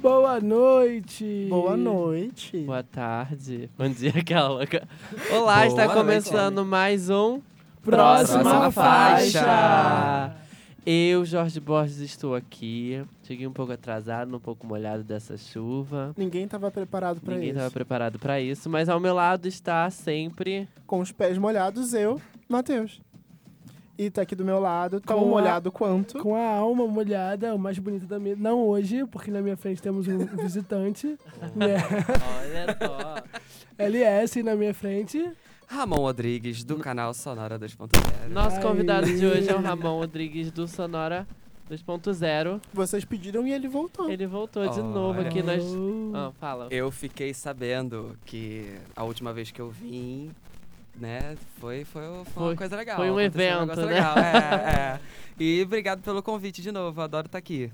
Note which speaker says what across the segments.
Speaker 1: Boa noite!
Speaker 2: Boa noite.
Speaker 3: Boa tarde. Bom dia, aquela louca. Olá, está
Speaker 4: Boa noite,
Speaker 3: começando mais um
Speaker 1: Próxima,
Speaker 4: Próxima
Speaker 1: faixa.
Speaker 3: Faixa. Eu, Jorge Borges, estou aqui. Cheguei um pouco atrasado, um pouco molhado dessa chuva.
Speaker 2: Ninguém tava preparado pra
Speaker 3: Ninguém
Speaker 2: isso.
Speaker 3: estava preparado para isso, mas ao meu lado está sempre
Speaker 2: Com os pés molhados, eu, Matheus. E tá aqui do meu lado, tão
Speaker 1: Com a-
Speaker 2: molhado quanto.
Speaker 1: Com a alma molhada, o mais bonito da minha. Não hoje, porque na minha frente temos um visitante. né?
Speaker 3: Olha só.
Speaker 1: LS na minha frente.
Speaker 4: Ramon Rodrigues, do canal Sonora 2.0.
Speaker 3: Nosso
Speaker 1: Aí.
Speaker 3: convidado de hoje é o Ramon Rodrigues do Sonora 2.0.
Speaker 2: Vocês pediram e ele voltou.
Speaker 3: Ele voltou de
Speaker 4: Olha.
Speaker 3: novo aqui nós.
Speaker 1: Oh.
Speaker 3: Ah, fala.
Speaker 4: Eu fiquei sabendo que a última vez que eu vim, né, foi, foi, foi uma
Speaker 3: Foi-
Speaker 4: coisa legal.
Speaker 3: foi um
Speaker 4: aconteceu
Speaker 3: evento,
Speaker 4: negócio
Speaker 3: né?
Speaker 4: Legal. É, é. E obrigado pelo convite de novo, adoro estar aqui.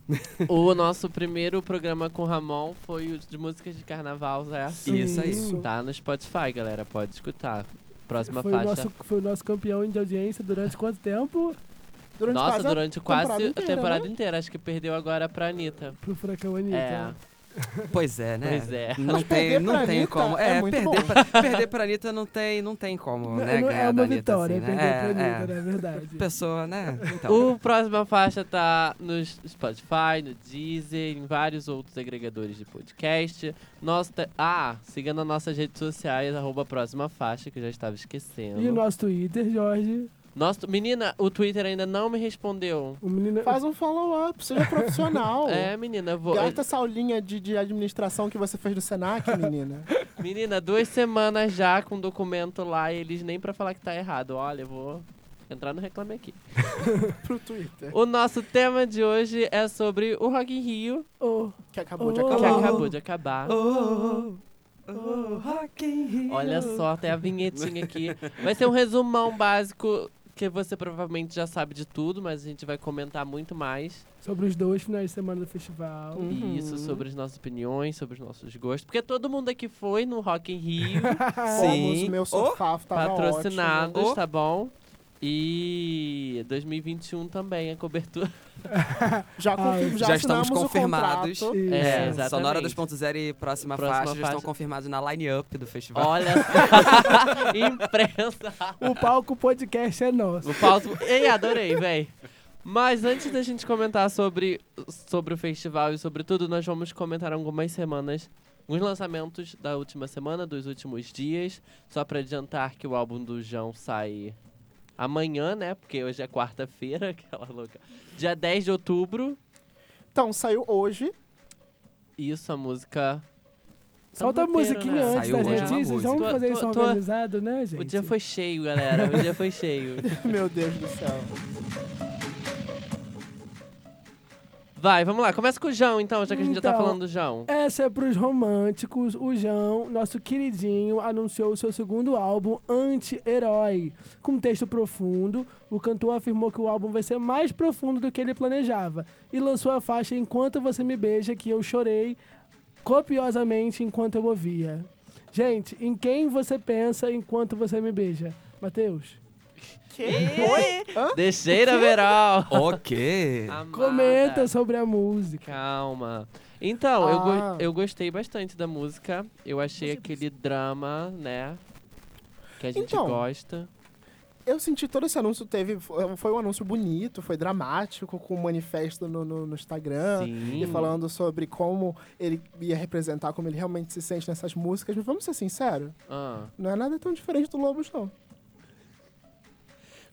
Speaker 3: O nosso primeiro programa com o Ramon foi o de músicas de carnaval, né?
Speaker 4: Isso aí.
Speaker 2: Isso.
Speaker 3: Tá no Spotify, galera. Pode escutar. Próxima
Speaker 1: foi, o
Speaker 3: faixa.
Speaker 1: nosso, foi o nosso campeão de audiência durante quanto tempo?
Speaker 2: Durante
Speaker 3: Nossa,
Speaker 2: quase a
Speaker 3: durante quase
Speaker 2: temporada inteira,
Speaker 3: a temporada
Speaker 2: né?
Speaker 3: inteira. Acho que perdeu agora pra Anitta.
Speaker 1: Pro Furacão Anitta.
Speaker 3: É,
Speaker 4: Pois é, né?
Speaker 3: pois é.
Speaker 4: Não tem,
Speaker 2: perder
Speaker 4: não
Speaker 2: pra
Speaker 4: tem
Speaker 2: Anitta
Speaker 4: como.
Speaker 2: é
Speaker 4: É,
Speaker 2: muito
Speaker 4: perder,
Speaker 2: bom.
Speaker 4: pra, perder pra Anitta não tem, não tem como,
Speaker 1: Não,
Speaker 4: né?
Speaker 1: não
Speaker 4: ganhar
Speaker 1: é
Speaker 4: da
Speaker 1: uma
Speaker 4: Anitta,
Speaker 1: vitória,
Speaker 4: assim, né?
Speaker 1: perder pra
Speaker 4: É,
Speaker 1: Anitta,
Speaker 4: é.
Speaker 1: na verdade.
Speaker 4: Pessoa, né? Então.
Speaker 3: O próxima faixa tá no Spotify, no Deezer, em vários outros agregadores de podcast. Nossa, te- ah, siga nas nossas redes sociais, arroba próxima faixa, que eu já estava esquecendo.
Speaker 1: E o nosso Twitter, Jorge.
Speaker 3: Nosso- menina, o Twitter ainda não me respondeu.
Speaker 1: O menino.
Speaker 2: Faz um follow-up, seja profissional.
Speaker 3: É, menina, eu vou.
Speaker 2: Gasta essa aulinha de, de administração que você fez do Senac, menina.
Speaker 3: Menina, duas semanas já com documento lá e eles nem pra falar que tá errado. Olha, eu vou entrar no reclame aqui.
Speaker 2: Pro Twitter.
Speaker 3: O nosso tema de hoje é sobre o Rock in Rio,
Speaker 1: Oh,
Speaker 2: Que acabou de
Speaker 1: Oh.
Speaker 3: que
Speaker 2: acabar.
Speaker 3: acabou de acabar.
Speaker 4: Oh, oh, oh, Rock in Rio.
Speaker 3: Olha
Speaker 2: Uhum.
Speaker 3: só, tem a vinhetinha aqui. Vai ser um resumão básico que você provavelmente já sabe de tudo, mas a gente vai comentar muito mais
Speaker 1: sobre os dois finais de semana do festival.
Speaker 2: Uhum.
Speaker 3: isso, sobre as nossas opiniões, sobre os nossos gostos. Porque todo mundo aqui foi no Rock in Rio.
Speaker 2: Sim. O Ah, meu
Speaker 4: Oh,
Speaker 2: sofá tava
Speaker 3: patrocinados,
Speaker 2: ótimo. Oh.
Speaker 3: tá bom? E 2021 também, a cobertura.
Speaker 2: Já, confirm,
Speaker 1: Ai.
Speaker 2: já,
Speaker 4: Já estamos
Speaker 2: assinamos o
Speaker 4: confirmados.
Speaker 2: contrato.
Speaker 1: Isso.
Speaker 3: É, exatamente.
Speaker 4: Sonora 2.0 e próxima,
Speaker 3: Próxima
Speaker 4: faixa já estão
Speaker 3: faixa.
Speaker 4: confirmados na line-up do festival.
Speaker 3: Olha só, imprensa.
Speaker 1: O palco podcast é nosso.
Speaker 3: O falso. Ei, adorei, véi. Mas antes da gente comentar sobre, sobre o festival e sobre tudo, nós vamos comentar algumas semanas, os lançamentos da última semana, dos últimos dias. Só pra adiantar que o álbum do João sai amanhã, né? Porque hoje é quarta-feira, aquela louca. Dia 10 de outubro.
Speaker 2: Então, saiu hoje.
Speaker 3: Isso, a música.
Speaker 1: Solta a musiquinha
Speaker 3: né?
Speaker 1: antes
Speaker 4: Saiu
Speaker 1: das
Speaker 4: hoje uma
Speaker 1: notícias.
Speaker 4: música.
Speaker 1: Vamos
Speaker 3: Tô-
Speaker 1: fazer
Speaker 3: tô-
Speaker 1: isso
Speaker 3: tô-
Speaker 1: organizado, né, gente?
Speaker 3: O dia foi cheio, galera. O dia foi cheio.
Speaker 2: Meu Deus do céu.
Speaker 3: Vai, vamos lá. Começa com o João, então, já que a gente já tá
Speaker 1: Então,
Speaker 3: falando do João.
Speaker 1: Essa é pros românticos. O João, nosso queridinho, anunciou o seu segundo álbum, Anti-Herói. Com texto profundo, o cantor afirmou que o álbum vai ser mais profundo do que ele planejava. E lançou a faixa Enquanto Você Me Beija, que eu chorei copiosamente enquanto eu ouvia. Gente, em quem você pensa enquanto você me beija? Matheus,
Speaker 3: Deixei na verão.
Speaker 4: ok.
Speaker 1: comenta sobre a música.
Speaker 3: Calma. Então, eu,
Speaker 2: Ah.
Speaker 3: go- eu gostei bastante da música. Eu achei aquele drama, né? Que a gente
Speaker 2: Então.
Speaker 3: gosta.
Speaker 2: Eu senti todo esse anúncio, teve. Foi um anúncio bonito, foi dramático, com um manifesto no, no- no Instagram.
Speaker 3: Sim.
Speaker 2: E falando sobre como ele ia representar, como ele realmente se sente nessas músicas. Mas vamos ser sinceros,
Speaker 3: Ah.
Speaker 2: não é nada tão diferente do Lobos, não.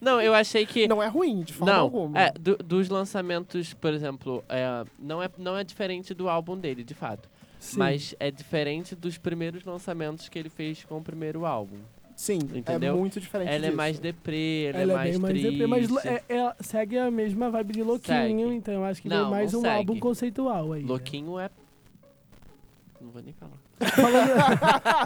Speaker 3: Não, eu achei que.
Speaker 2: Não é ruim, de forma
Speaker 3: Não,
Speaker 2: alguma.
Speaker 3: é, do- dos lançamentos, por exemplo, é, não, é, não é diferente do álbum dele, de fato.
Speaker 1: Sim.
Speaker 3: Mas é diferente dos primeiros lançamentos que ele fez com o primeiro álbum.
Speaker 2: Sim,
Speaker 3: Entendeu?
Speaker 2: é muito diferente
Speaker 3: Ela é
Speaker 2: disso.
Speaker 3: mais deprê, ela,
Speaker 1: Ela
Speaker 3: é mais
Speaker 1: bem mais
Speaker 3: triste.
Speaker 1: deprê, mas lo- é- ela segue a mesma vibe de Louquinho,
Speaker 3: Segue.
Speaker 1: então eu acho que
Speaker 3: Não,
Speaker 1: veio mais
Speaker 3: não
Speaker 1: um
Speaker 3: segue.
Speaker 1: álbum conceitual aí. né?
Speaker 3: Louquinho é... Não vou nem falar.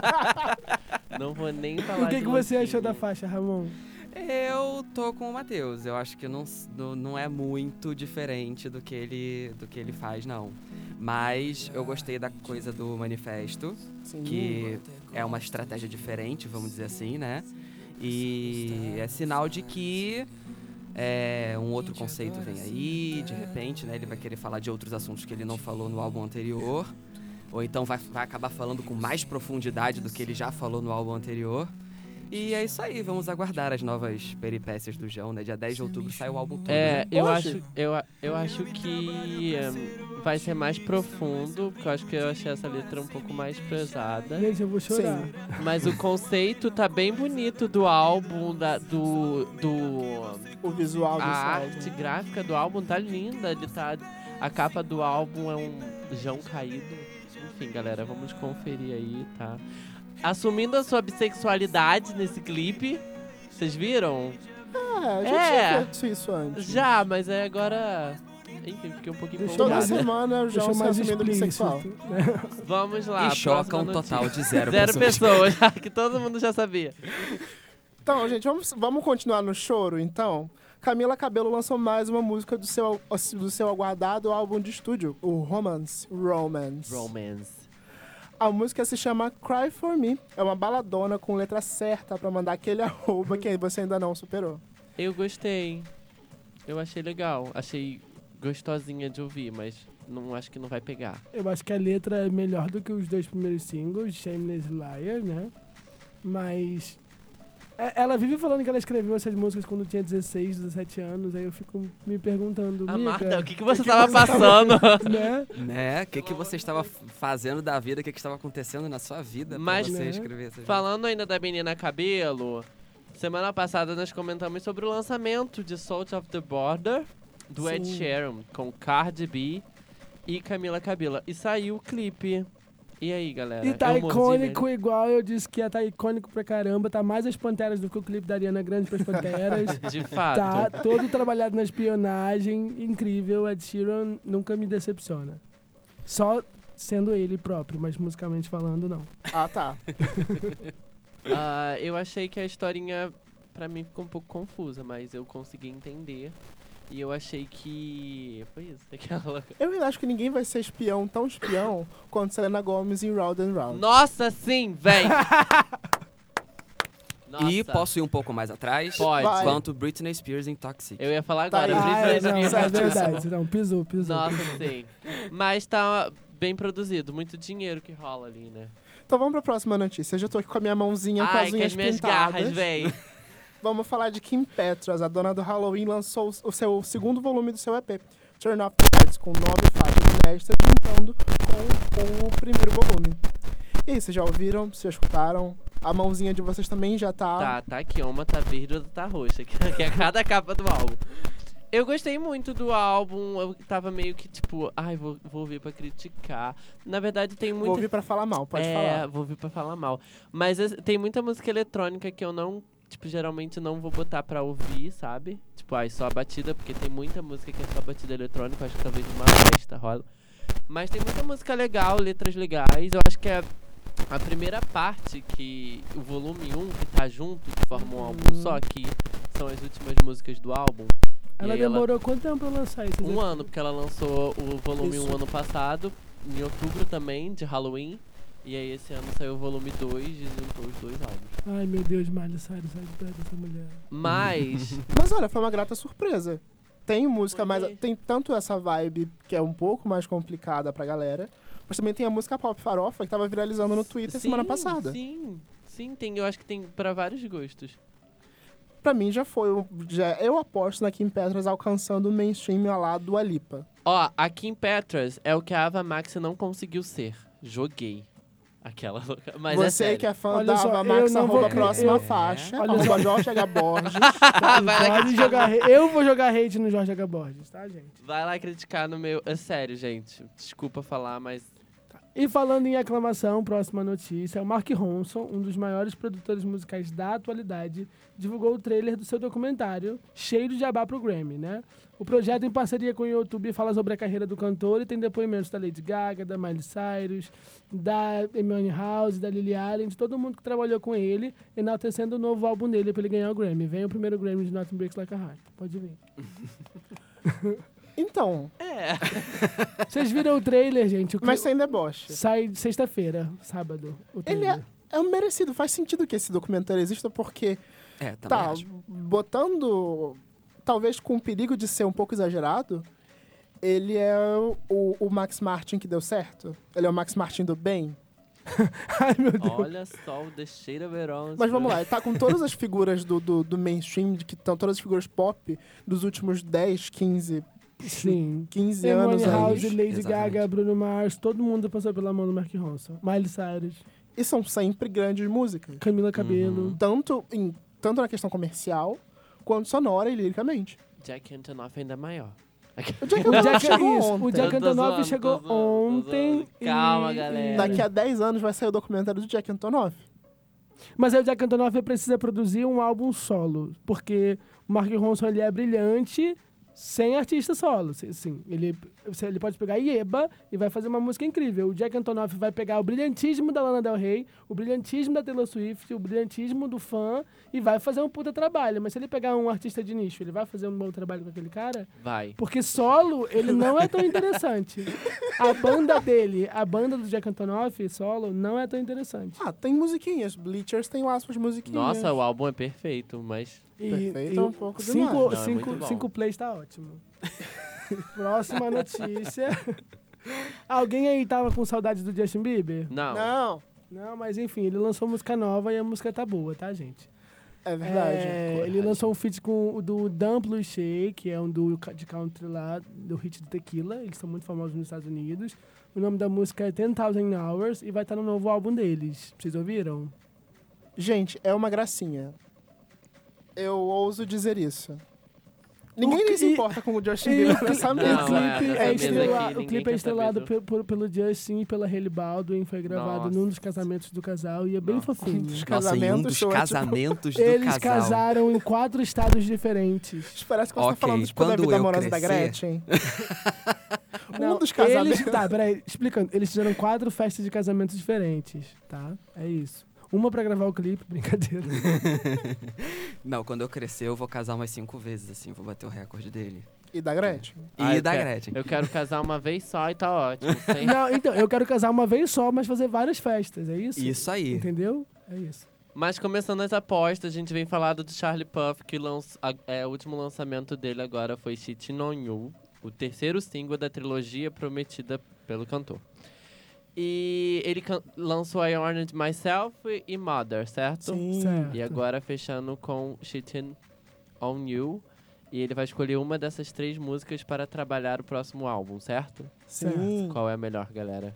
Speaker 3: não vou nem falar
Speaker 1: O que,
Speaker 3: de
Speaker 1: que você
Speaker 3: Louquinho.
Speaker 1: achou da faixa, Ramon?
Speaker 4: Eu tô com o Matheus. Eu acho que não, s- não, não é muito diferente do que, ele, do que ele faz, não. Mas eu gostei da coisa do manifesto,
Speaker 2: Sim.
Speaker 4: que é uma estratégia diferente, vamos dizer assim, né? E é sinal de que é, um outro conceito vem aí, de repente, né? Ele vai querer falar de outros assuntos que ele não falou no álbum anterior. Ou então vai, vai acabar falando com mais profundidade do que ele já falou no álbum anterior. E é isso aí, vamos aguardar as novas peripécias do João, né? Dia 10 de outubro sai o álbum todo. né?
Speaker 3: É, eu
Speaker 1: Hoje?
Speaker 3: acho, eu, a- eu acho que eh, vai ser mais profundo, porque eu acho que eu achei essa letra um pouco mais pesada.
Speaker 1: Gente, eu vou chorar.
Speaker 2: Sim.
Speaker 3: Mas o conceito tá bem bonito do álbum, da, do, do
Speaker 2: O visual desse
Speaker 3: a
Speaker 2: álbum.
Speaker 3: arte gráfica do álbum tá linda, ele tá. A capa do álbum é um jão caído. Enfim, galera, vamos conferir aí, tá? Assumindo a sua bissexualidade nesse clipe. Vocês viram?
Speaker 2: Ah, eu já
Speaker 3: É.
Speaker 2: tinha feito isso antes.
Speaker 3: Já, mas é agora. Enfim, fiquei um pouquinho
Speaker 1: Deixa eu
Speaker 2: Toda
Speaker 1: Obrigado.
Speaker 3: empolgada.
Speaker 2: semana o João
Speaker 1: Deixa
Speaker 2: se
Speaker 1: mais
Speaker 2: assumindo um bissexual.
Speaker 1: explícito.
Speaker 3: Vamos lá.
Speaker 4: E choca
Speaker 3: próxima
Speaker 4: um
Speaker 3: notícia.
Speaker 4: total de zero,
Speaker 3: Zero
Speaker 4: pessoas.
Speaker 3: pessoas, que todo mundo já sabia.
Speaker 2: Então, gente, vamos, vamos continuar no choro, então? Camila Cabelo lançou mais uma música do seu, do seu aguardado álbum de estúdio, o Romance. Romance.
Speaker 3: Romance.
Speaker 2: A música se chama Cry For Me. É uma baladona com letra certa pra mandar aquele arroba que você ainda não superou.
Speaker 3: Eu gostei. Eu achei legal. Achei gostosinha de ouvir, mas não acho que não vai pegar.
Speaker 1: Eu acho que a letra é melhor do que os dois primeiros singles, Shameless Liar, né? Mas. é- Ela vive falando que ela escreveu essas músicas quando tinha 16, 17 anos, aí eu fico me perguntando.
Speaker 3: Ah,
Speaker 1: "Miga,
Speaker 3: Marta, o que, que você tava passando?
Speaker 1: né?
Speaker 4: Né? O que, que você estava f- fazendo da vida? O que, que estava acontecendo na sua vida pra
Speaker 3: Mas-
Speaker 4: você
Speaker 1: Né?
Speaker 4: escrever essas
Speaker 3: Falando ainda da menina cabelo, semana passada nós comentamos sobre o lançamento de Salt of the Border do Ed
Speaker 1: Sim.
Speaker 3: Sheeran com Cardi B e Camila Cabela. E saiu o clipe. E aí, galera?
Speaker 1: E tá
Speaker 3: Eu mordi,
Speaker 1: icônico igual eu disse que ia tá icônico pra caramba, tá mais as panteras do que o clipe da Ariana Grande pras panteras.
Speaker 3: né? De fato.
Speaker 1: tá todo trabalhado na espionagem, incrível. Ed Sheeran nunca me decepciona. Só sendo ele próprio, mas musicalmente falando, não.
Speaker 2: Ah, tá.
Speaker 3: Ah, eu achei que a historinha, pra mim, ficou um pouco confusa, mas eu consegui entender. E eu achei que. Foi isso, aquela.
Speaker 2: Eu ainda acho que ninguém vai ser espião, tão espião, quanto Selena Gomez em Round and Round.
Speaker 3: Nossa, sim, véi! Nossa,
Speaker 4: E posso ir um pouco mais atrás?
Speaker 3: Pode.
Speaker 2: Vai.
Speaker 4: Quanto Britney Spears em Toxic.
Speaker 3: Eu ia falar
Speaker 2: Tá
Speaker 3: agora.
Speaker 2: aí.
Speaker 1: Ah, é, não,
Speaker 3: Britney
Speaker 1: é
Speaker 3: Spears.
Speaker 1: verdade. Não, pisou, pisou.
Speaker 3: né? Nossa, sim. Mas tá bem produzido, muito dinheiro que rola ali, né?
Speaker 2: Então vamos pra próxima notícia. Eu já tô aqui com a minha mãozinha, com
Speaker 3: Ai,
Speaker 2: as
Speaker 3: que
Speaker 2: unhas
Speaker 3: as minhas
Speaker 2: pintadas.
Speaker 3: garras, véi.
Speaker 2: Vamos falar de Kim Petras, a dona do Halloween, lançou o seu segundo volume do seu EP, Turn Off the Lights, com nove faixas inéditas, juntando com o primeiro volume. E aí, vocês já ouviram? Vocês escutaram? A mãozinha de vocês também já tá...
Speaker 3: Tá, tá aqui, uma tá verde, outra tá roxa, que que é cada capa do álbum. Eu gostei muito do álbum, eu tava meio que tipo, ai, vou, vou ouvir pra criticar. Na verdade, tem
Speaker 2: Vou
Speaker 3: muita
Speaker 2: ouvir pra falar mal, pode
Speaker 3: é,
Speaker 2: falar.
Speaker 3: vou vir pra falar mal. Mas es- tem muita música eletrônica que eu não, tipo, geralmente não vou botar pra ouvir, sabe? Tipo, ai, só a batida, porque tem muita música que é só batida eletrônica, acho que talvez uma festa rola. Mas tem muita música legal, letras legais. Eu acho que é a primeira parte que o volume 1 que tá junto, que forma um álbum só, que são as últimas músicas do álbum. E
Speaker 1: Ela
Speaker 3: aí ela-
Speaker 1: demorou quanto tempo pra lançar isso?
Speaker 3: um ano, porque ela lançou o volume
Speaker 2: Isso.
Speaker 3: 1 ano passado, em outubro também, de Halloween. E aí esse ano saiu o volume 2 e juntou os dois álbuns.
Speaker 1: Ai, meu Deus, Miley Cyrus, sai de perto dessa mulher.
Speaker 3: Mas.
Speaker 2: Mas olha, foi uma grata surpresa. Tem música
Speaker 3: Foi
Speaker 2: mais...
Speaker 3: mesmo.
Speaker 2: Tem tanto essa vibe, que é um pouco mais complicada pra galera, mas também tem a música pop farofa, que tava viralizando no Twitter
Speaker 3: sim,
Speaker 2: semana passada.
Speaker 3: Sim, sim, tem. Eu acho que tem pra vários gostos.
Speaker 2: Pra mim já foi. um- Já, eu aposto na Kim Petras alcançando o mainstream lá lá do Alipa.
Speaker 3: Ó, a Kim Petras é o que a Ava Max não conseguiu ser. Joguei. Aquela louca. Mas é
Speaker 2: Você
Speaker 3: sério.
Speaker 2: que é fã
Speaker 1: Olha
Speaker 2: da
Speaker 1: só,
Speaker 2: Ava
Speaker 1: eu
Speaker 2: Max,
Speaker 1: não
Speaker 2: arroba
Speaker 1: vou-
Speaker 2: a próxima
Speaker 1: eu- É.
Speaker 2: faixa.
Speaker 1: Olha
Speaker 2: arroba
Speaker 1: só.
Speaker 2: Jorge H. Borges.
Speaker 3: vai, lá
Speaker 1: Pode
Speaker 3: criticar,
Speaker 1: jogar re- Eu vou jogar hate no Jorge H. Borges, tá, gente?
Speaker 3: vai lá criticar no meu. É sério, gente. Desculpa falar, mas.
Speaker 1: E falando em aclamação, próxima notícia, o Mark Ronson, um dos maiores produtores musicais da atualidade, divulgou o trailer do seu documentário, cheio de jabá pro Grammy, né? O projeto, em parceria com o YouTube, fala sobre a carreira do cantor e tem depoimentos da Lady Gaga, da Miley Cyrus, da Amy House, da Lily Allen, de todo mundo que trabalhou com ele, enaltecendo o novo álbum dele pra ele ganhar o Grammy. Vem o primeiro Grammy de Nothing Breaks Like a Heart. Pode vir.
Speaker 2: Então,
Speaker 3: É.
Speaker 1: Vocês viram o trailer, gente? O
Speaker 2: mas
Speaker 1: cli-
Speaker 2: sem deboche.
Speaker 1: Sai sexta-feira, sábado. o
Speaker 2: Ele
Speaker 1: trailer.
Speaker 2: é, é um merecido. Faz sentido que esse documentário exista, porque
Speaker 4: É, também
Speaker 2: tá
Speaker 4: acho.
Speaker 2: botando. Talvez com o perigo de ser um pouco exagerado. Ele é o, o- o Max Martin que deu certo. Ele é o Max Martin do bem.
Speaker 1: Ai, meu Deus.
Speaker 3: Olha só o The Shade of It All.
Speaker 2: Mas vamos lá, ele tá com todas as figuras do, do, do mainstream, de que estão todas as figuras pop dos últimos 10, 15,
Speaker 1: Sim.
Speaker 2: 15
Speaker 1: Emily
Speaker 2: anos. aí.
Speaker 1: House, Lady
Speaker 4: Exatamente.
Speaker 1: Gaga, Bruno Mars, todo mundo passou pela mão do Mark Ronson. Miley Cyrus,
Speaker 2: E são sempre grandes músicas.
Speaker 1: Camila Cabello.
Speaker 2: Tanto, em, tanto na questão comercial, quanto sonora e liricamente.
Speaker 3: Jack Antonoff ainda maior.
Speaker 2: O Jack
Speaker 1: O
Speaker 2: Antonoff
Speaker 1: Jack, é
Speaker 2: chegou
Speaker 1: isso,
Speaker 2: ontem.
Speaker 1: o Jack
Speaker 3: Eu tô
Speaker 1: Antonoff
Speaker 3: zoando,
Speaker 1: chegou
Speaker 3: tô zoando, tô
Speaker 1: ontem.
Speaker 3: zoando. Calma,
Speaker 1: e-
Speaker 3: galera.
Speaker 2: Daqui a 10 anos vai sair o documentário do Jack Antonoff.
Speaker 1: Mas aí o Jack Antonoff precisa produzir um álbum solo, porque o Mark Ronson ele é brilhante sem artista solo. Sim, sim. ele, se- ele pode pegar Ieba e vai fazer uma música incrível. O Jack Antonoff vai pegar o brilhantismo da Lana Del Rey, o brilhantismo da Taylor Swift, o brilhantismo do fã e vai fazer um puta trabalho. Mas se ele pegar um artista de nicho, ele vai fazer um bom trabalho com aquele cara?
Speaker 3: Vai.
Speaker 1: Porque solo, ele não é tão interessante. A banda dele, a banda do Jack Antonoff, solo, não é tão interessante.
Speaker 2: Ah, tem musiquinhas. Bleachers tem lá suas musiquinhas.
Speaker 3: Nossa, o álbum é perfeito, mas
Speaker 1: E,
Speaker 2: Perfeito,
Speaker 1: e
Speaker 2: é um pouco demais.
Speaker 1: cinco,
Speaker 2: Não,
Speaker 3: é
Speaker 1: cinco,
Speaker 3: muito bom.
Speaker 1: cinco plays tá ótimo. Próxima notícia. Alguém aí tava com saudade do Justin Bieber?
Speaker 3: não.
Speaker 2: Não,
Speaker 1: Não, mas enfim, ele lançou música nova e a música tá boa, tá, gente?
Speaker 2: é verdade.
Speaker 1: É, ele
Speaker 3: Coragem.
Speaker 1: lançou um feat com o do Dumplin' Shea, que é um do ca- de country lá, do hit do Tequila. Eles são muito famosos nos Estados Unidos. O nome da música é 10,000 Hours e vai estar no novo álbum deles. Vocês ouviram?
Speaker 2: Gente, é uma gracinha. Eu ouso dizer isso. Ninguém
Speaker 1: O que-
Speaker 2: nem se importa com o Justin
Speaker 1: e-
Speaker 2: Bieber nessa
Speaker 1: O
Speaker 3: Não,
Speaker 2: mesa.
Speaker 3: é,
Speaker 1: clipe
Speaker 3: nessa
Speaker 1: é,
Speaker 3: mesa
Speaker 1: estrela-
Speaker 3: aqui,
Speaker 1: o clipe é
Speaker 3: ninguém quer
Speaker 1: estrelado
Speaker 3: saber
Speaker 1: pe- por- pelo Justin e pela Haley Baldwin. Foi gravado
Speaker 3: Nossa.
Speaker 1: num dos casamentos do casal e é bem
Speaker 3: Nossa.
Speaker 1: fofinho.
Speaker 4: Nossa, em um
Speaker 2: casamentos,
Speaker 4: dos
Speaker 2: show, é tipo-
Speaker 4: casamentos do
Speaker 1: Eles
Speaker 4: casal.
Speaker 1: casaram em quatro estados diferentes.
Speaker 2: Parece que você
Speaker 4: Ok,
Speaker 2: tá falando tipo, da
Speaker 4: quando
Speaker 2: vida
Speaker 4: eu
Speaker 2: amorosa da
Speaker 4: crescer-
Speaker 2: Gretchen.
Speaker 1: Não,
Speaker 2: um dos casamentos.
Speaker 1: Eles, tá, peraí, explicando. Eles fizeram quatro festas de casamentos diferentes, tá? É isso. Uma pra gravar o clipe, brincadeira.
Speaker 4: Não, quando eu crescer, eu vou casar umas cinco vezes, assim, vou bater o recorde dele.
Speaker 2: E da Gretchen.
Speaker 4: E
Speaker 3: Ah, eu
Speaker 4: da
Speaker 3: quero-
Speaker 4: Gretchen.
Speaker 3: Eu quero casar uma vez só e tá ótimo. Sem...
Speaker 1: Não, então, eu quero casar uma vez só, mas fazer várias festas, é isso?
Speaker 4: Isso aí.
Speaker 1: Entendeu? É isso.
Speaker 3: Mas começando as apostas, a gente vem falado do Charlie Puff, que lança, a- é, o último lançamento dele agora foi Cheating on You, o terceiro single da trilogia prometida pelo cantor. E ele can- lançou I Orned Myself e Mother, certo?
Speaker 1: Certo.
Speaker 3: E agora fechando com Cheating on You. E ele vai escolher uma dessas três músicas para trabalhar o próximo álbum, certo?
Speaker 2: Sim.
Speaker 3: Qual é a melhor, galera?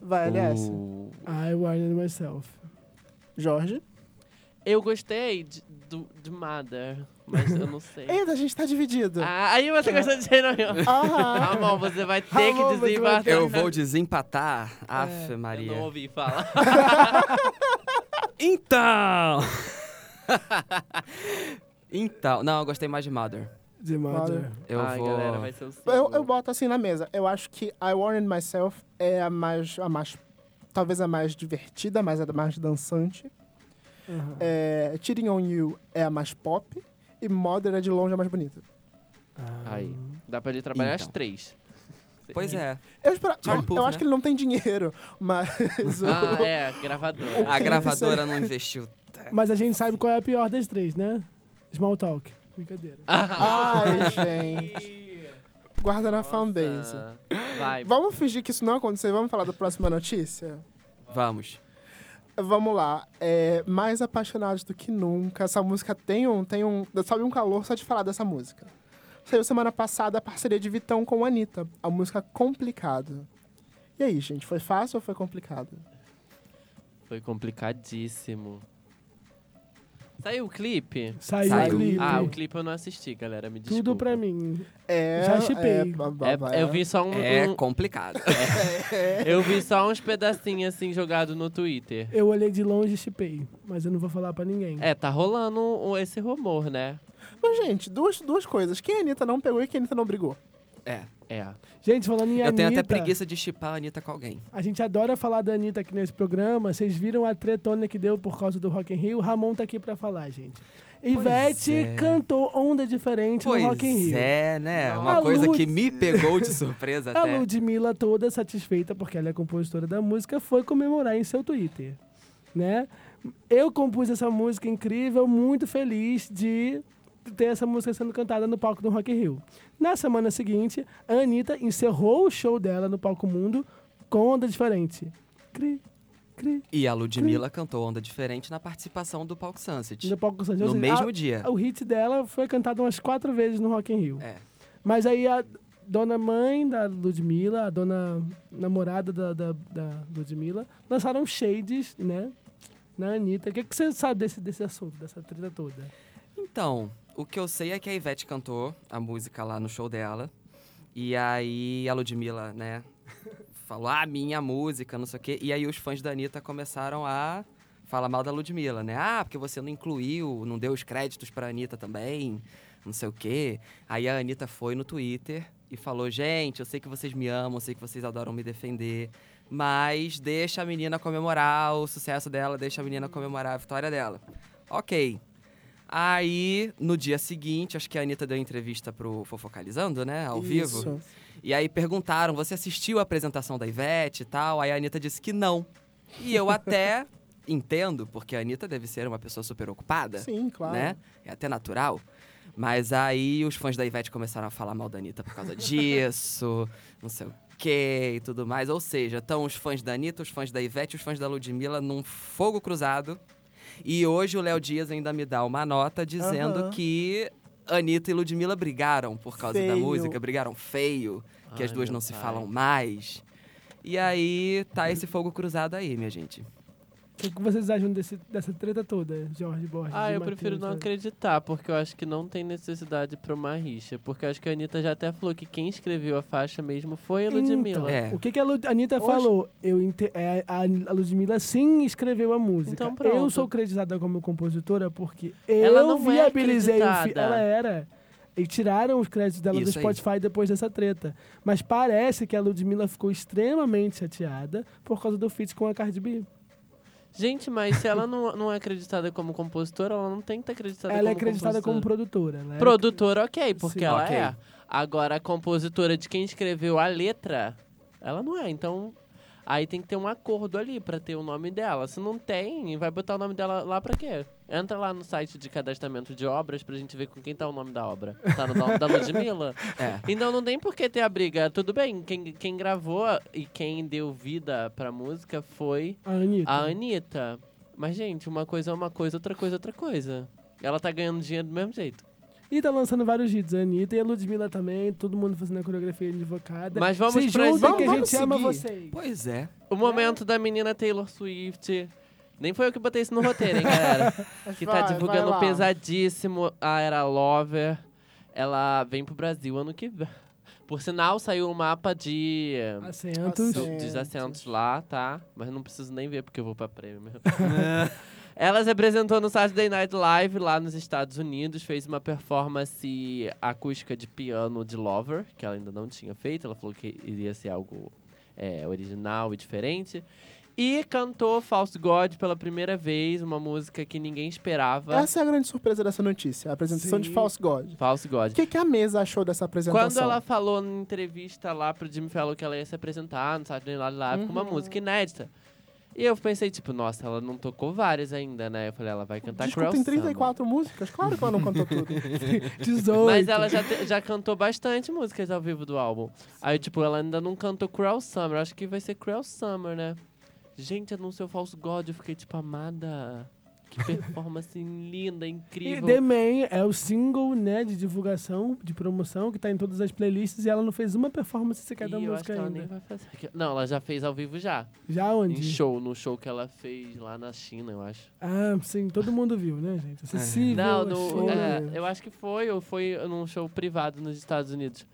Speaker 2: Vai, aliás.
Speaker 3: O-
Speaker 1: I warned myself.
Speaker 2: Jorge.
Speaker 3: Eu gostei de, do, de Mother, mas eu não sei.
Speaker 2: Eita, a gente tá dividido.
Speaker 3: Ah, aí você gostou de Jane Hill.
Speaker 2: Aham.
Speaker 3: Ramon, você vai ter
Speaker 2: Ramon,
Speaker 3: que
Speaker 2: você vai
Speaker 3: desembarcar.
Speaker 2: ter-
Speaker 4: Eu vou desempatar. Aff, Maria.
Speaker 3: É, Eu não ouvi falar.
Speaker 4: Então! então, não, eu gostei mais de Mother.
Speaker 1: The Mother.
Speaker 2: Mother.
Speaker 4: Eu
Speaker 3: Ai,
Speaker 4: vou.
Speaker 3: galera, vai ser um o
Speaker 2: Eu,
Speaker 3: segundo.
Speaker 2: eu boto assim na mesa. Eu acho que I Warned Myself é a mais. A mais talvez a mais divertida, mas a mais dançante.
Speaker 1: Aham.
Speaker 2: É, Cheating on You é a mais pop. E Mother é de longe a mais bonita.
Speaker 3: Aí, dá pra ele trabalhar
Speaker 4: Então.
Speaker 3: as três.
Speaker 4: Pois é.
Speaker 2: Eu, espera-
Speaker 4: Charlie
Speaker 2: eu
Speaker 4: Puth,
Speaker 2: acho
Speaker 4: né?
Speaker 2: que ele não tem dinheiro, mas. o-
Speaker 3: Ah, é, gravadora.
Speaker 4: A gravadora não investiu.
Speaker 1: Mas a gente sabe qual é a pior das três, né? Small Talk. Brincadeira.
Speaker 4: Ah,
Speaker 2: Ai, gente. Guarda na fanbase.
Speaker 3: Ah, Vai.
Speaker 2: Vamos fingir que isso não aconteceu e vamos falar da próxima notícia?
Speaker 4: Vamos.
Speaker 2: Vamos lá. É, mais apaixonados do que nunca. Essa música tem um, tem um. Sabe um calor só de falar dessa música. Saiu semana passada a parceria de Vitão com a Anitta. A música Complicado. E aí, gente, foi fácil ou foi complicado?
Speaker 3: Foi complicadíssimo. Saiu o clipe?
Speaker 1: Saiu,
Speaker 4: Saiu.
Speaker 1: o clipe.
Speaker 3: Ah, o clipe eu não assisti, galera, me desculpa.
Speaker 1: Tudo pra mim.
Speaker 2: É,
Speaker 1: Já chipei.
Speaker 2: é, ba- ba-
Speaker 3: É,
Speaker 2: ba-
Speaker 3: eu vi só um,
Speaker 4: É
Speaker 3: um-
Speaker 4: complicado.
Speaker 3: eu vi só uns pedacinhos assim jogado no Twitter.
Speaker 1: Eu olhei de longe e chipei, mas eu não vou falar pra ninguém.
Speaker 3: É, tá rolando um- esse rumor, né?
Speaker 2: Mas, gente, duas, duas coisas. Quem a Anitta não pegou e quem a Anitta não brigou?
Speaker 4: É.
Speaker 3: É.
Speaker 1: Gente, falando em
Speaker 4: Eu
Speaker 1: Anitta,
Speaker 4: tenho até preguiça de chipar a Anitta com alguém.
Speaker 1: a gente adora falar da Anitta aqui nesse programa. Vocês viram a tretona que deu por causa do Rock in Rio? Ramon tá aqui pra falar, gente. Ivete
Speaker 4: é.
Speaker 1: cantou Onda Diferente
Speaker 4: Pois
Speaker 1: no Tipo Rock in Rio. Tá
Speaker 4: é, né? Uma
Speaker 1: A
Speaker 4: coisa
Speaker 1: Lud-
Speaker 4: que me pegou de surpresa
Speaker 1: A
Speaker 4: até.
Speaker 1: Ludmilla, toda satisfeita porque ela é compositora da música, foi comemorar em seu Twitter, né? Eu compus essa música incrível, muito feliz de ter essa música sendo cantada no palco do Rock in Rio. Na semana seguinte, a Anitta encerrou o show dela no palco mundo com Onda Diferente. Cri, cri.
Speaker 4: E a Ludmilla cantou Onda Diferente na participação do Palco Sunset.
Speaker 1: No, palco,
Speaker 4: No mesmo dia.
Speaker 1: O hit dela foi cantado umas quatro vezes no Rock in Rio.
Speaker 4: É.
Speaker 1: Mas aí a dona mãe da Ludmilla, a dona namorada da, da, da Ludmilla, lançaram shades, né? Na Anitta. O que, que você sabe desse, desse assunto, dessa treta toda?
Speaker 4: Então, o que eu sei é que a Ivete cantou a música lá no show dela. E aí a Ludmilla, né, falou, ah, minha música, não sei o quê. E aí os fãs da Anitta começaram a falar mal da Ludmilla, né? Ah, porque você não incluiu, não deu os créditos pra Anitta também, não sei o quê. Aí a Anitta foi no Twitter e falou, gente, eu sei que vocês me amam, eu sei que vocês adoram me defender. Mas deixa a menina comemorar o sucesso dela, deixa a menina comemorar a vitória dela. Ok. Aí, no dia seguinte, acho que a Anitta deu entrevista pro Fofocalizando, né? Ao vivo.
Speaker 1: Isso.
Speaker 4: E aí perguntaram: você assistiu a apresentação da Ivete e tal? Aí a Anitta disse que não. E eu até entendo, porque a Anitta deve ser uma pessoa super ocupada.
Speaker 2: Sim, claro.
Speaker 4: Né? É até natural. Mas aí os fãs da Ivete começaram a falar mal da Anitta por causa disso, não sei o quê e tudo mais. Ou seja, estão os fãs da Anitta, os fãs da Ivete, os fãs da Ludmilla num fogo cruzado. E hoje o Léo Dias ainda me dá uma nota dizendo
Speaker 2: Aham.
Speaker 4: que Anitta e Ludmilla brigaram por causa da
Speaker 2: Feio.
Speaker 4: música, brigaram feio, que as
Speaker 3: Ai,
Speaker 4: duas
Speaker 3: meu
Speaker 4: não se
Speaker 3: pai.
Speaker 4: falam mais. E aí tá esse fogo cruzado aí, minha gente.
Speaker 1: O que que vocês acham desse, dessa treta toda, Jorge Borges?
Speaker 3: Ah,
Speaker 1: e
Speaker 3: eu
Speaker 1: Matheus,
Speaker 3: prefiro não
Speaker 1: né?
Speaker 3: acreditar, porque eu acho que não tem necessidade pra uma rixa. Porque eu acho que a Anitta já até falou que quem escreveu a faixa mesmo foi a Ludmilla.
Speaker 1: Então,
Speaker 4: É.
Speaker 1: O que, que a Lu- Anitta
Speaker 2: Hoje-
Speaker 1: falou? Eu inte- é, a, a Ludmilla sim escreveu a música.
Speaker 3: Então, pronto.
Speaker 1: eu sou creditada como compositora porque
Speaker 3: Ela
Speaker 1: eu
Speaker 3: não é
Speaker 1: viabilizei o fi-
Speaker 3: creditada.
Speaker 1: Ela era. E tiraram os créditos dela do
Speaker 4: Isso aí.
Speaker 1: Spotify depois dessa treta. Mas parece que a Ludmilla ficou extremamente chateada por causa do feat com a Cardi B.
Speaker 3: Gente, mas se ela não, não é acreditada como compositora, ela não tem que estar acreditada
Speaker 1: ela
Speaker 3: como
Speaker 1: é acreditada como
Speaker 3: compositora.
Speaker 1: produtora. Né?
Speaker 3: Produtora, ok, porque
Speaker 1: Sim.
Speaker 3: ela
Speaker 4: Ok.
Speaker 3: é. Agora, a compositora de quem escreveu a letra, ela não é. Então, aí tem que ter um acordo ali pra ter o nome dela. Se não tem, vai botar o nome dela lá pra quê? Entra lá no site de cadastramento de obras pra gente ver com quem tá o nome da obra. Tá no nome da Ludmilla?
Speaker 4: É.
Speaker 3: Então não tem por que ter a briga. Tudo bem, quem, quem gravou e quem deu vida pra música foi
Speaker 1: A Anitta.
Speaker 3: a Anitta. Mas, gente, uma coisa é uma coisa, outra coisa é outra coisa. Ela tá ganhando dinheiro do mesmo jeito.
Speaker 1: E tá lançando vários hits, a Anitta e a Ludmilla também, todo mundo fazendo a coreografia invocada.
Speaker 3: Mas vamos
Speaker 1: Se
Speaker 3: pra
Speaker 1: juntem
Speaker 2: esse-
Speaker 1: que a gente
Speaker 2: Vamos
Speaker 1: ama
Speaker 2: seguir.
Speaker 1: vocês.
Speaker 4: Pois é.
Speaker 3: O momento da menina Taylor Swift. Nem foi eu que botei isso no roteiro, hein, galera? que tá
Speaker 2: Vai, vai
Speaker 3: divulgando
Speaker 2: lá.
Speaker 3: pesadíssimo a Era Lover. Ela vem pro Brasil ano que vem. Por sinal, saiu o mapa de.
Speaker 1: Assentos.
Speaker 2: Assentos.
Speaker 3: dos assentos lá, tá? Mas não preciso nem ver porque eu vou pra prêmio. Ela se apresentou no Saturday Night Live lá nos Estados Unidos, fez uma performance acústica de piano de Lover, que ela ainda não tinha feito. Ela falou que iria ser algo é, original e diferente. E cantou False God pela primeira vez, uma música que ninguém esperava.
Speaker 2: Essa é a grande surpresa dessa notícia, a apresentação
Speaker 1: Sim.
Speaker 2: de False God.
Speaker 3: False God.
Speaker 2: O que, que a mesa achou dessa apresentação?
Speaker 3: Quando ela falou na entrevista lá pro Jimmy Fallon que ela ia se apresentar no Saturday Night Live com uma
Speaker 1: Uhum.
Speaker 3: música inédita. E eu pensei, tipo, nossa, ela não tocou várias ainda, né? Eu falei, ela vai
Speaker 2: Tá
Speaker 3: cantar
Speaker 2: Disco
Speaker 3: Cruel
Speaker 2: tem
Speaker 3: Summer.
Speaker 2: 34 músicas, claro que ela não cantou tudo.
Speaker 1: 18.
Speaker 3: Mas ela já, te- já cantou bastante músicas ao vivo do álbum. Aí, tipo, ela ainda não cantou Cruel Summer. Acho que vai ser Cruel Summer, né? Gente, anunciou Falso God. Eu fiquei, tipo, amada. Que performance linda,
Speaker 1: E
Speaker 3: incrível.
Speaker 1: The Man é o single, né, de divulgação, de promoção, que tá em todas as playlists e ela não fez uma performance sequer da
Speaker 3: E eu acho
Speaker 1: música
Speaker 3: que ela
Speaker 1: ainda.
Speaker 3: nem vai fazer. aqui. Não, ela já fez ao vivo já.
Speaker 1: Já
Speaker 3: Em
Speaker 1: onde?
Speaker 3: show, no show que ela fez lá na China, eu acho.
Speaker 1: Ah, sim, todo mundo viu, né, gente? Acessível.
Speaker 3: É. Não,
Speaker 1: show,
Speaker 3: no, é,
Speaker 1: né?
Speaker 3: eu acho que foi, ou foi num show privado nos Estados Unidos.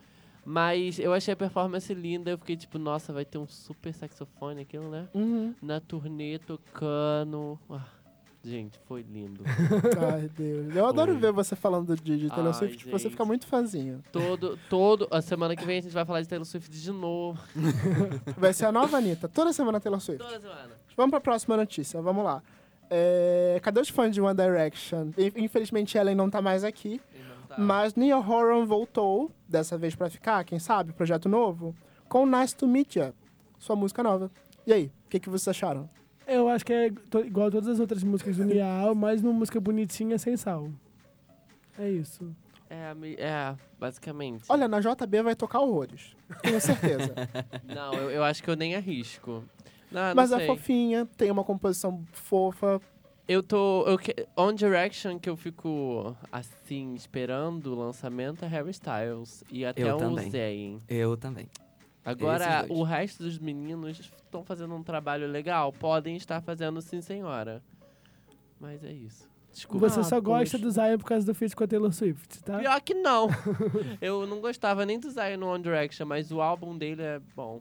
Speaker 3: Mas eu achei a performance linda, eu fiquei tipo, nossa, vai ter um super saxofone aquilo, né?
Speaker 2: Uhum.
Speaker 3: Na turnê tocando. Ah, gente, foi lindo.
Speaker 2: Ai, Deus. Eu adoro ver você falando de, de Taylor
Speaker 3: Ai,
Speaker 2: Swift, porque você
Speaker 3: gente.
Speaker 2: fica muito fazinho.
Speaker 3: Todo, todo. A semana que vem a gente vai falar de Taylor Swift de novo.
Speaker 2: Vai ser a nova Anitta, toda semana Taylor Swift.
Speaker 3: Toda semana.
Speaker 2: Vamos pra próxima notícia, vamos lá. É, cadê os fãs de One Direction? I- Infelizmente, Ellen não tá mais aqui,
Speaker 3: tá.
Speaker 2: mas Niall Horan voltou, dessa vez pra ficar, quem sabe, projeto novo, com Nice to Meet You, sua música nova. E aí, o que, que vocês acharam?
Speaker 1: Eu acho que é to- igual a todas as outras músicas do Nial, mas uma música bonitinha sem sal. É isso.
Speaker 3: É, ami- é, basicamente.
Speaker 2: Olha, na JB vai tocar horrores. Tenho certeza.
Speaker 3: Não, eu, eu acho que eu nem arrisco. Não, não
Speaker 2: Mas
Speaker 3: sei.
Speaker 2: é fofinha, tem uma composição fofa.
Speaker 3: Eu tô. Eu, que- on Direction que eu fico assim, esperando o lançamento é Harry Styles. E até
Speaker 4: Eu
Speaker 3: o
Speaker 4: também.
Speaker 3: Zayn.
Speaker 4: Eu também.
Speaker 3: Agora,
Speaker 4: Esses dois.
Speaker 3: o resto dos meninos estão fazendo um trabalho legal. Podem estar fazendo sim, senhora. Mas é isso. Desculpa.
Speaker 1: Você só gosta do Zion por causa do feat com a Taylor Swift, tá?
Speaker 3: Pior que não. eu não gostava nem do Zayn no One Direction, mas o álbum dele é bom.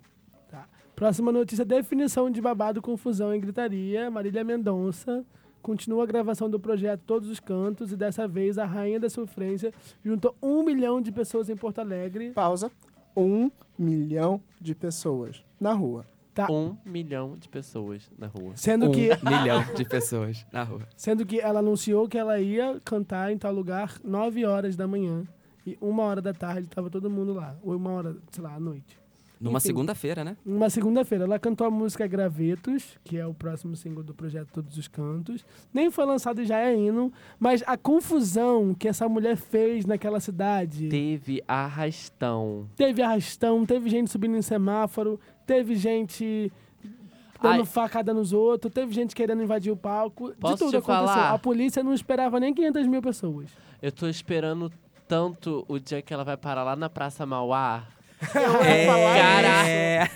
Speaker 1: Próxima notícia: definição de babado, confusão e gritaria. Marília Mendonça continua a gravação do projeto Todos os Cantos e dessa vez a Rainha da Sofrência juntou um milhão de pessoas em Porto Alegre.
Speaker 2: Pausa. Um milhão de pessoas na rua.
Speaker 1: Tá.
Speaker 3: Um milhão de pessoas na rua.
Speaker 1: Sendo,
Speaker 4: um
Speaker 1: que,
Speaker 4: milhão de pessoas na rua.
Speaker 1: sendo que ela anunciou que ela ia cantar em tal lugar 9 horas da manhã e uma hora da tarde estava todo mundo lá. Ou uma hora, sei lá, à noite.
Speaker 4: Numa
Speaker 1: Enfim.
Speaker 4: segunda-feira, né?
Speaker 1: Uma segunda-feira, ela cantou a música Gravetos, que é o próximo single do projeto Todos os Cantos. Nem foi lançado e já é hino, mas a confusão que essa mulher fez naquela cidade.
Speaker 3: Teve arrastão.
Speaker 1: Teve arrastão, teve gente subindo em semáforo, teve gente dando
Speaker 3: Ai.
Speaker 1: facada nos outros, teve gente querendo invadir o palco.
Speaker 3: Posso
Speaker 1: de tudo
Speaker 3: te
Speaker 1: aconteceu.
Speaker 3: falar?
Speaker 1: A polícia não esperava nem 500 mil pessoas.
Speaker 3: Eu tô esperando tanto o dia que ela vai parar lá na Praça Mauá.
Speaker 4: Cara,
Speaker 3: É.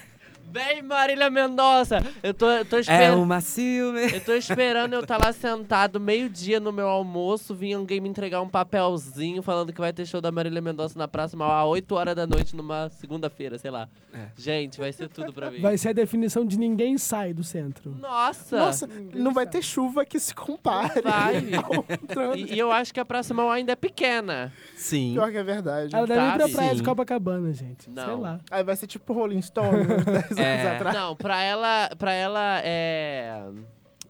Speaker 3: Vem, Marília Mendonça! Eu tô, eu tô
Speaker 4: é
Speaker 3: esperando.
Speaker 4: uma ciúme.
Speaker 3: Eu tô esperando eu estar lá sentado meio-dia no meu almoço, vinha alguém me entregar um papelzinho falando que vai ter show da Marília Mendonça na Praça Mauá, 8 horas da noite, numa segunda-feira, sei lá.
Speaker 4: É.
Speaker 3: Gente, vai ser tudo pra mim.
Speaker 1: Vai ser a definição de ninguém sai do centro.
Speaker 3: Nossa!
Speaker 2: Nossa, não vai ter chuva que se compare.
Speaker 3: Tá. Vai.
Speaker 2: ao trânsito.
Speaker 3: E, e eu acho que a Praça Mauá ainda é pequena.
Speaker 4: Sim.
Speaker 2: Pior que é verdade.
Speaker 1: Ela deve ir pra
Speaker 3: Sabe?
Speaker 1: praia de
Speaker 4: Sim.
Speaker 1: Copacabana, gente. Sei
Speaker 3: tá assim. Não.
Speaker 1: lá.
Speaker 2: Aí vai ser tipo Rolling Stone, uns 10 anos
Speaker 4: É.
Speaker 2: atrás.
Speaker 3: Não, pra ela, pra ela é.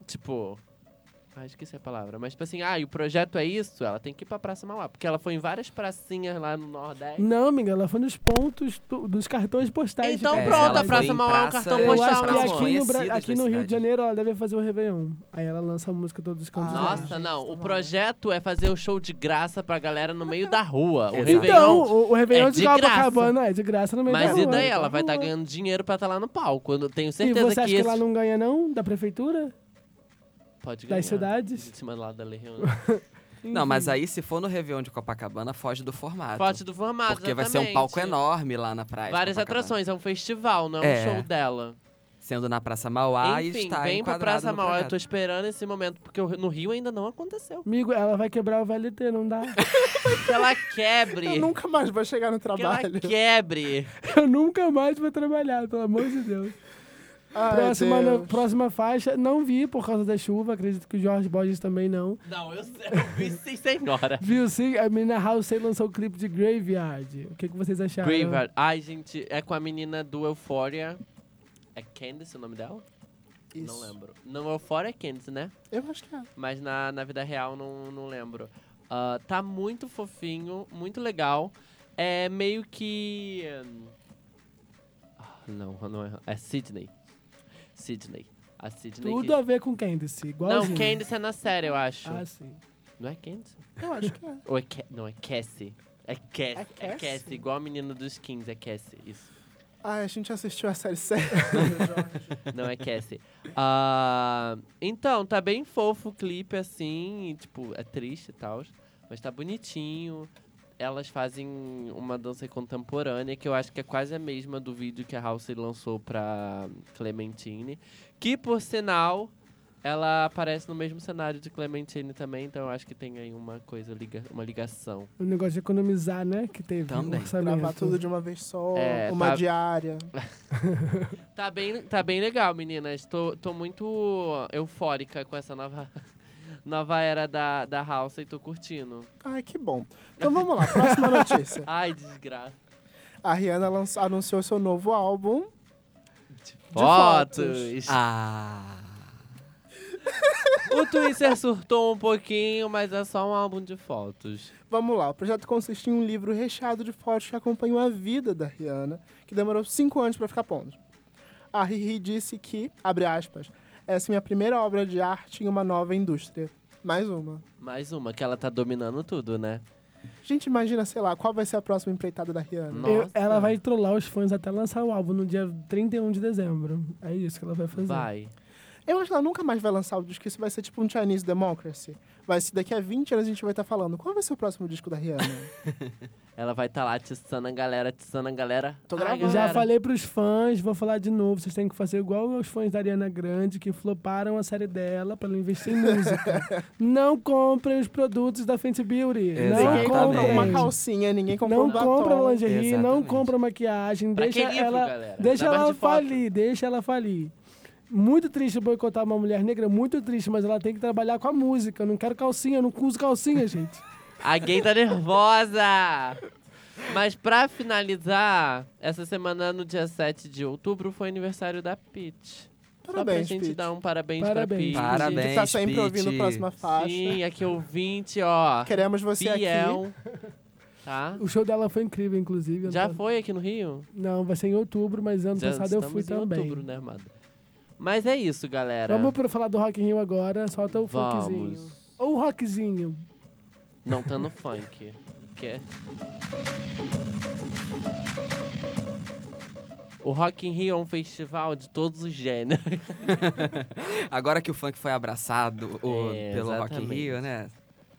Speaker 3: Tipo. Ah, esqueci a palavra. Mas, tipo assim, ah, e o projeto é isso? Ela tem que ir pra Praça Mauá. Porque ela foi em várias pracinhas lá no Nordeste.
Speaker 1: Não, amiga, ela foi nos pontos do- dos cartões postais. de
Speaker 3: Então
Speaker 1: cada
Speaker 4: É,
Speaker 3: pronto,
Speaker 1: cidade.
Speaker 3: a
Speaker 4: ela
Speaker 3: Praça
Speaker 4: foi em
Speaker 3: Mauá é um
Speaker 4: praça-
Speaker 3: cartão
Speaker 4: Eu
Speaker 1: Eu
Speaker 3: postal.
Speaker 1: acho
Speaker 3: na
Speaker 4: Praças
Speaker 1: que
Speaker 3: rua.
Speaker 1: aqui no, Bra-
Speaker 4: conhecidas
Speaker 1: aqui
Speaker 4: da
Speaker 1: no Rio
Speaker 4: cidade.
Speaker 1: de Janeiro ela deve fazer o Réveillon. Aí ela lança a música todos os cantos.
Speaker 2: Ah,
Speaker 3: Nossa,
Speaker 2: gente,
Speaker 3: não.
Speaker 2: tá
Speaker 3: O
Speaker 2: bom.
Speaker 3: projeto é fazer o show de graça pra galera no meio da rua. O
Speaker 4: Exato.
Speaker 1: então,
Speaker 3: Réveillon.
Speaker 1: o, o Réveillon
Speaker 3: é
Speaker 1: de,
Speaker 3: de
Speaker 1: Copacabana é de graça no meio da
Speaker 3: Mas
Speaker 1: rua.
Speaker 3: e daí? Ela vai
Speaker 1: Tá
Speaker 3: estar
Speaker 1: bom.
Speaker 3: ganhando dinheiro pra estar lá no palco. Eu tenho
Speaker 1: E
Speaker 3: certeza
Speaker 1: você acha que
Speaker 3: esse
Speaker 1: ela não ganha, não? Da prefeitura?
Speaker 3: pode ganhar.
Speaker 1: das cidades?
Speaker 3: Em cima lá da Lei Reunião.
Speaker 4: Não, mas aí se for no Réveillon de Copacabana, foge do formato.
Speaker 3: Forte do formato,
Speaker 4: Porque vai ser um palco
Speaker 3: exatamente.
Speaker 4: enorme lá na praia. de
Speaker 3: Várias
Speaker 4: Copacabana.
Speaker 3: atrações, é um festival, não é,
Speaker 4: É.
Speaker 3: um show dela.
Speaker 4: Sendo na Praça Mauá e
Speaker 3: Enfim,
Speaker 4: está
Speaker 3: vem pra
Speaker 4: enquadrado
Speaker 3: Praça
Speaker 4: no
Speaker 3: Mauá, eu
Speaker 4: projeto.
Speaker 3: tô esperando esse momento, porque o- no Rio ainda não aconteceu.
Speaker 1: Amigo, ela vai quebrar o VLT, não dá?
Speaker 3: Que ela quebre!
Speaker 2: Eu nunca mais vou chegar no
Speaker 3: que ela
Speaker 2: trabalho.
Speaker 3: quebre!
Speaker 1: Eu nunca mais vou trabalhar, pelo amor de Deus.
Speaker 2: Ai,
Speaker 1: próxima,
Speaker 2: Deus.
Speaker 1: no- próxima faixa, não vi por causa da chuva, acredito que o Jorge Borges também não.
Speaker 3: Não, eu, eu vi sim, senhora.
Speaker 1: Viu sim? A menina Halsey lançou o clipe de Graveyard. O que, que vocês acharam?
Speaker 3: Graveyard. Ai, gente, é com a menina do Euphoria. É Candice o nome dela?
Speaker 2: Isso.
Speaker 3: Não lembro. Não, Euphoria é Candice, né?
Speaker 2: Eu acho que é.
Speaker 3: Mas na, na vida real não, não lembro. Ah, tá muito fofinho, muito legal. É meio que. hum, ah, Não, não é. É Sydney. Sydney. A Sydney. que-
Speaker 1: Tudo a ver com Candice, igualzinho.
Speaker 3: Não, Candice é na série, eu acho.
Speaker 1: Ah, sim.
Speaker 3: Não é Candice?
Speaker 2: Eu acho que é.
Speaker 3: Ou é Ca- Não, é Cassie. É Cassie. É Cassie,
Speaker 2: É Cassie?
Speaker 3: igual a menina dos skins, é Cassie. Isso.
Speaker 2: Ai, Ah, a gente assistiu a série séria.
Speaker 3: Não é Cassie. Ah, então, tá bem fofo o clipe, assim, e, tipo, é triste e tal, mas tá bonitinho. Elas fazem uma dança contemporânea que eu acho que é quase a mesma do vídeo que a House lançou pra Clementine. Que, por sinal, ela aparece no mesmo cenário de Clementine também, então eu acho que tem aí uma coisa, liga- uma ligação.
Speaker 1: O negócio de economizar, né? Que teve
Speaker 4: Também.
Speaker 1: um orçamento.
Speaker 2: Gravar tudo de uma vez só,
Speaker 3: É,
Speaker 2: uma
Speaker 3: tá-
Speaker 2: diária.
Speaker 3: Tá bem, tá bem legal, meninas. Tô, tô muito eufórica com essa nova, nova era da, da House e tô curtindo.
Speaker 2: Ai, que bom. Então vamos lá, próxima notícia.
Speaker 3: Ai, desgraça.
Speaker 2: A Rihanna lanç- anunciou seu novo álbum.
Speaker 3: Fotos!
Speaker 4: Ah.
Speaker 3: O Twitter surtou um pouquinho, mas é só um álbum de fotos.
Speaker 2: Vamos lá, o projeto consiste em um livro recheado de fotos que acompanham a vida da Rihanna, que demorou cinco anos para ficar pronto. A Riri disse que, abre aspas, essa é minha primeira obra de arte em uma nova indústria. Mais uma.
Speaker 3: Mais uma, que ela tá dominando tudo, né?
Speaker 2: Gente, imagina, sei lá, qual vai ser a próxima empreitada da Rihanna.
Speaker 3: Nossa.
Speaker 1: Eu- ela vai trollar os fãs até lançar o álbum no dia 31 de dezembro. É isso que ela vai fazer.
Speaker 3: Vai.
Speaker 2: Eu acho que ela nunca mais vai lançar o disco, isso vai ser tipo um Chinese Democracy. Vai ser daqui a 20 anos a gente vai estar falando, qual vai ser o próximo disco da Rihanna?
Speaker 3: Ela vai estar lá atiçando a galera, atiçando a galera.
Speaker 2: Tô
Speaker 3: Ai,
Speaker 2: gravando.
Speaker 1: Já
Speaker 3: galera.
Speaker 1: falei pros fãs, vou falar de novo. Vocês têm que fazer igual aos fãs da Ariana Grande que floparam a série dela pra não investir em música. não comprem os produtos da Fenty Beauty.
Speaker 2: Ninguém
Speaker 1: Não
Speaker 4: Exatamente.
Speaker 2: comprou
Speaker 1: comprem.
Speaker 2: uma calcinha, ninguém comprou
Speaker 1: Não
Speaker 2: um
Speaker 1: compra
Speaker 2: batom.
Speaker 1: lingerie, não
Speaker 4: Exatamente.
Speaker 1: compra maquiagem,
Speaker 3: Pra
Speaker 1: deixa
Speaker 3: que livro,
Speaker 1: ela,
Speaker 3: galera?
Speaker 1: deixa
Speaker 3: Dá mais
Speaker 1: ela
Speaker 3: de foto.
Speaker 1: falir, deixa ela falir. Muito triste boicotar uma mulher negra, muito triste, mas ela tem que trabalhar com a música. Eu não quero calcinha, eu não uso calcinha, gente.
Speaker 3: A gay tá nervosa! Mas pra finalizar, essa semana, no dia 7 de outubro, foi aniversário da Peach. Só pra
Speaker 2: Parabéns,
Speaker 3: gente
Speaker 2: Peach.
Speaker 3: dar um parabéns,
Speaker 1: Parabéns.
Speaker 3: pra Peach.
Speaker 4: Parabéns.
Speaker 2: Que tá sempre ouvindo a
Speaker 4: Peach.
Speaker 2: próxima faixa.
Speaker 3: Sim, aqui ouvinte, ó.
Speaker 2: Queremos você aqui.
Speaker 3: Fiel. Tá?
Speaker 1: O show dela foi incrível, inclusive. eu
Speaker 3: Já
Speaker 1: não-
Speaker 3: foi aqui no Rio?
Speaker 1: Não, vai ser em outubro, mas ano
Speaker 3: Já
Speaker 1: passado eu fui
Speaker 3: estamos em
Speaker 1: também.
Speaker 3: outubro, né, amada? Mas é isso, galera.
Speaker 1: Vamos pra falar do Rock in Rio agora, solta o funkzinho.
Speaker 3: Vamos.
Speaker 1: Ou o rockzinho.
Speaker 3: Não tá no funk. Que é- O Rock in Rio é um festival de todos os gêneros.
Speaker 4: Agora que o funk foi abraçado o-
Speaker 3: É,
Speaker 4: pelo Rock in
Speaker 3: exatamente.
Speaker 4: Rio, né?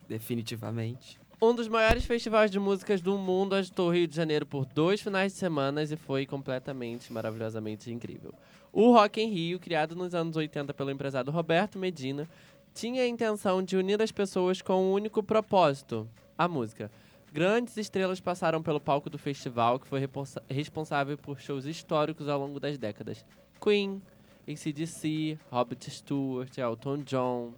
Speaker 4: Definitivamente.
Speaker 3: Um dos maiores festivais de músicas do mundo agitou o Rio de Janeiro por dois finais de semana e foi completamente, maravilhosamente incrível. O Rock in Rio, criado nos anos 80 pelo empresário Roberto Medina, tinha a intenção de unir as pessoas com um único propósito, a música. Grandes estrelas passaram pelo palco do festival, que foi reponsa- responsável por shows históricos ao longo das décadas. Queen, ACDC, Robert Stewart, Elton John,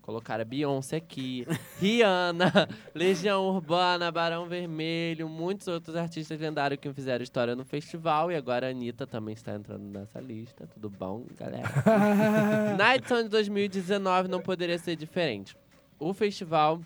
Speaker 3: colocaram a Beyoncé aqui, Rihanna, Legião Urbana, Barão Vermelho, muitos outros artistas lendários que fizeram história no festival e agora a Anitta também está entrando nessa lista. Tudo bom, galera? Na edição de 2019 não poderia ser diferente. O festival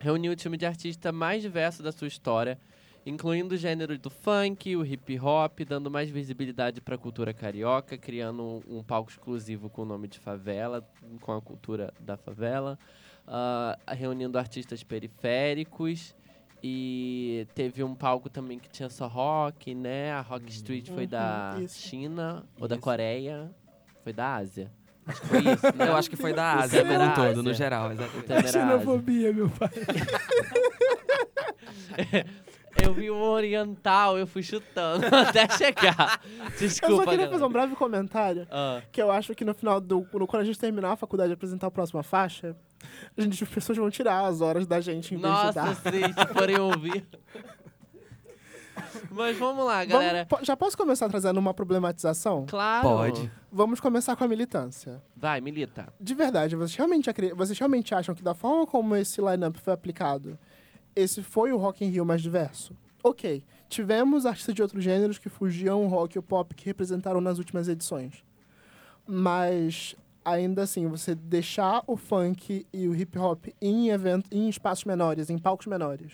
Speaker 3: reuniu o time de artista mais diverso da sua história, incluindo os gêneros do funk, o hip hop, dando mais visibilidade para a cultura carioca, criando um palco exclusivo com o nome de favela, com a cultura da favela, ah, reunindo artistas periféricos. E teve um palco também que tinha só rock, né? A Rock Street foi da
Speaker 2: Uhum, isso.
Speaker 3: China ou da
Speaker 4: Isso.
Speaker 3: Coreia. Foi da Ásia. Acho que foi isso, né?
Speaker 4: Eu acho que foi da
Speaker 3: O
Speaker 4: Ásia
Speaker 3: tema
Speaker 4: como
Speaker 3: era
Speaker 4: um todo, no
Speaker 3: Ásia.
Speaker 4: geral.
Speaker 3: O
Speaker 4: Exatamente.
Speaker 3: tema era Ásia.
Speaker 1: Xenofobia, meu pai.
Speaker 3: Eu vi um oriental, eu fui chutando até chegar.
Speaker 2: Eu só
Speaker 3: Desculpa,
Speaker 2: queria
Speaker 3: galera.
Speaker 2: fazer um breve comentário.
Speaker 3: Ah,
Speaker 2: Que eu acho que no final do. no- Quando a gente terminar a faculdade e apresentar a próxima faixa, a gente, as pessoas vão tirar as horas da gente em vez de
Speaker 3: nossa,
Speaker 2: dar.
Speaker 3: sim, se forem ouvir. Mas vamos lá,
Speaker 2: Vamos-
Speaker 3: galera.
Speaker 2: po- já posso começar trazendo uma problematização?
Speaker 3: Claro.
Speaker 4: Pode.
Speaker 2: Vamos começar com a militância.
Speaker 3: Vai, milita.
Speaker 2: De verdade, vocês realmente, acre- vocês realmente acham que da forma como esse lineup foi aplicado, esse foi o Rock in Rio mais diverso? Ok, tivemos artistas de outros gêneros que fugiam o rock e o pop que representaram nas últimas edições. Mas, ainda assim, você deixar o funk e o hip hop em, evento, em espaços menores, em palcos menores.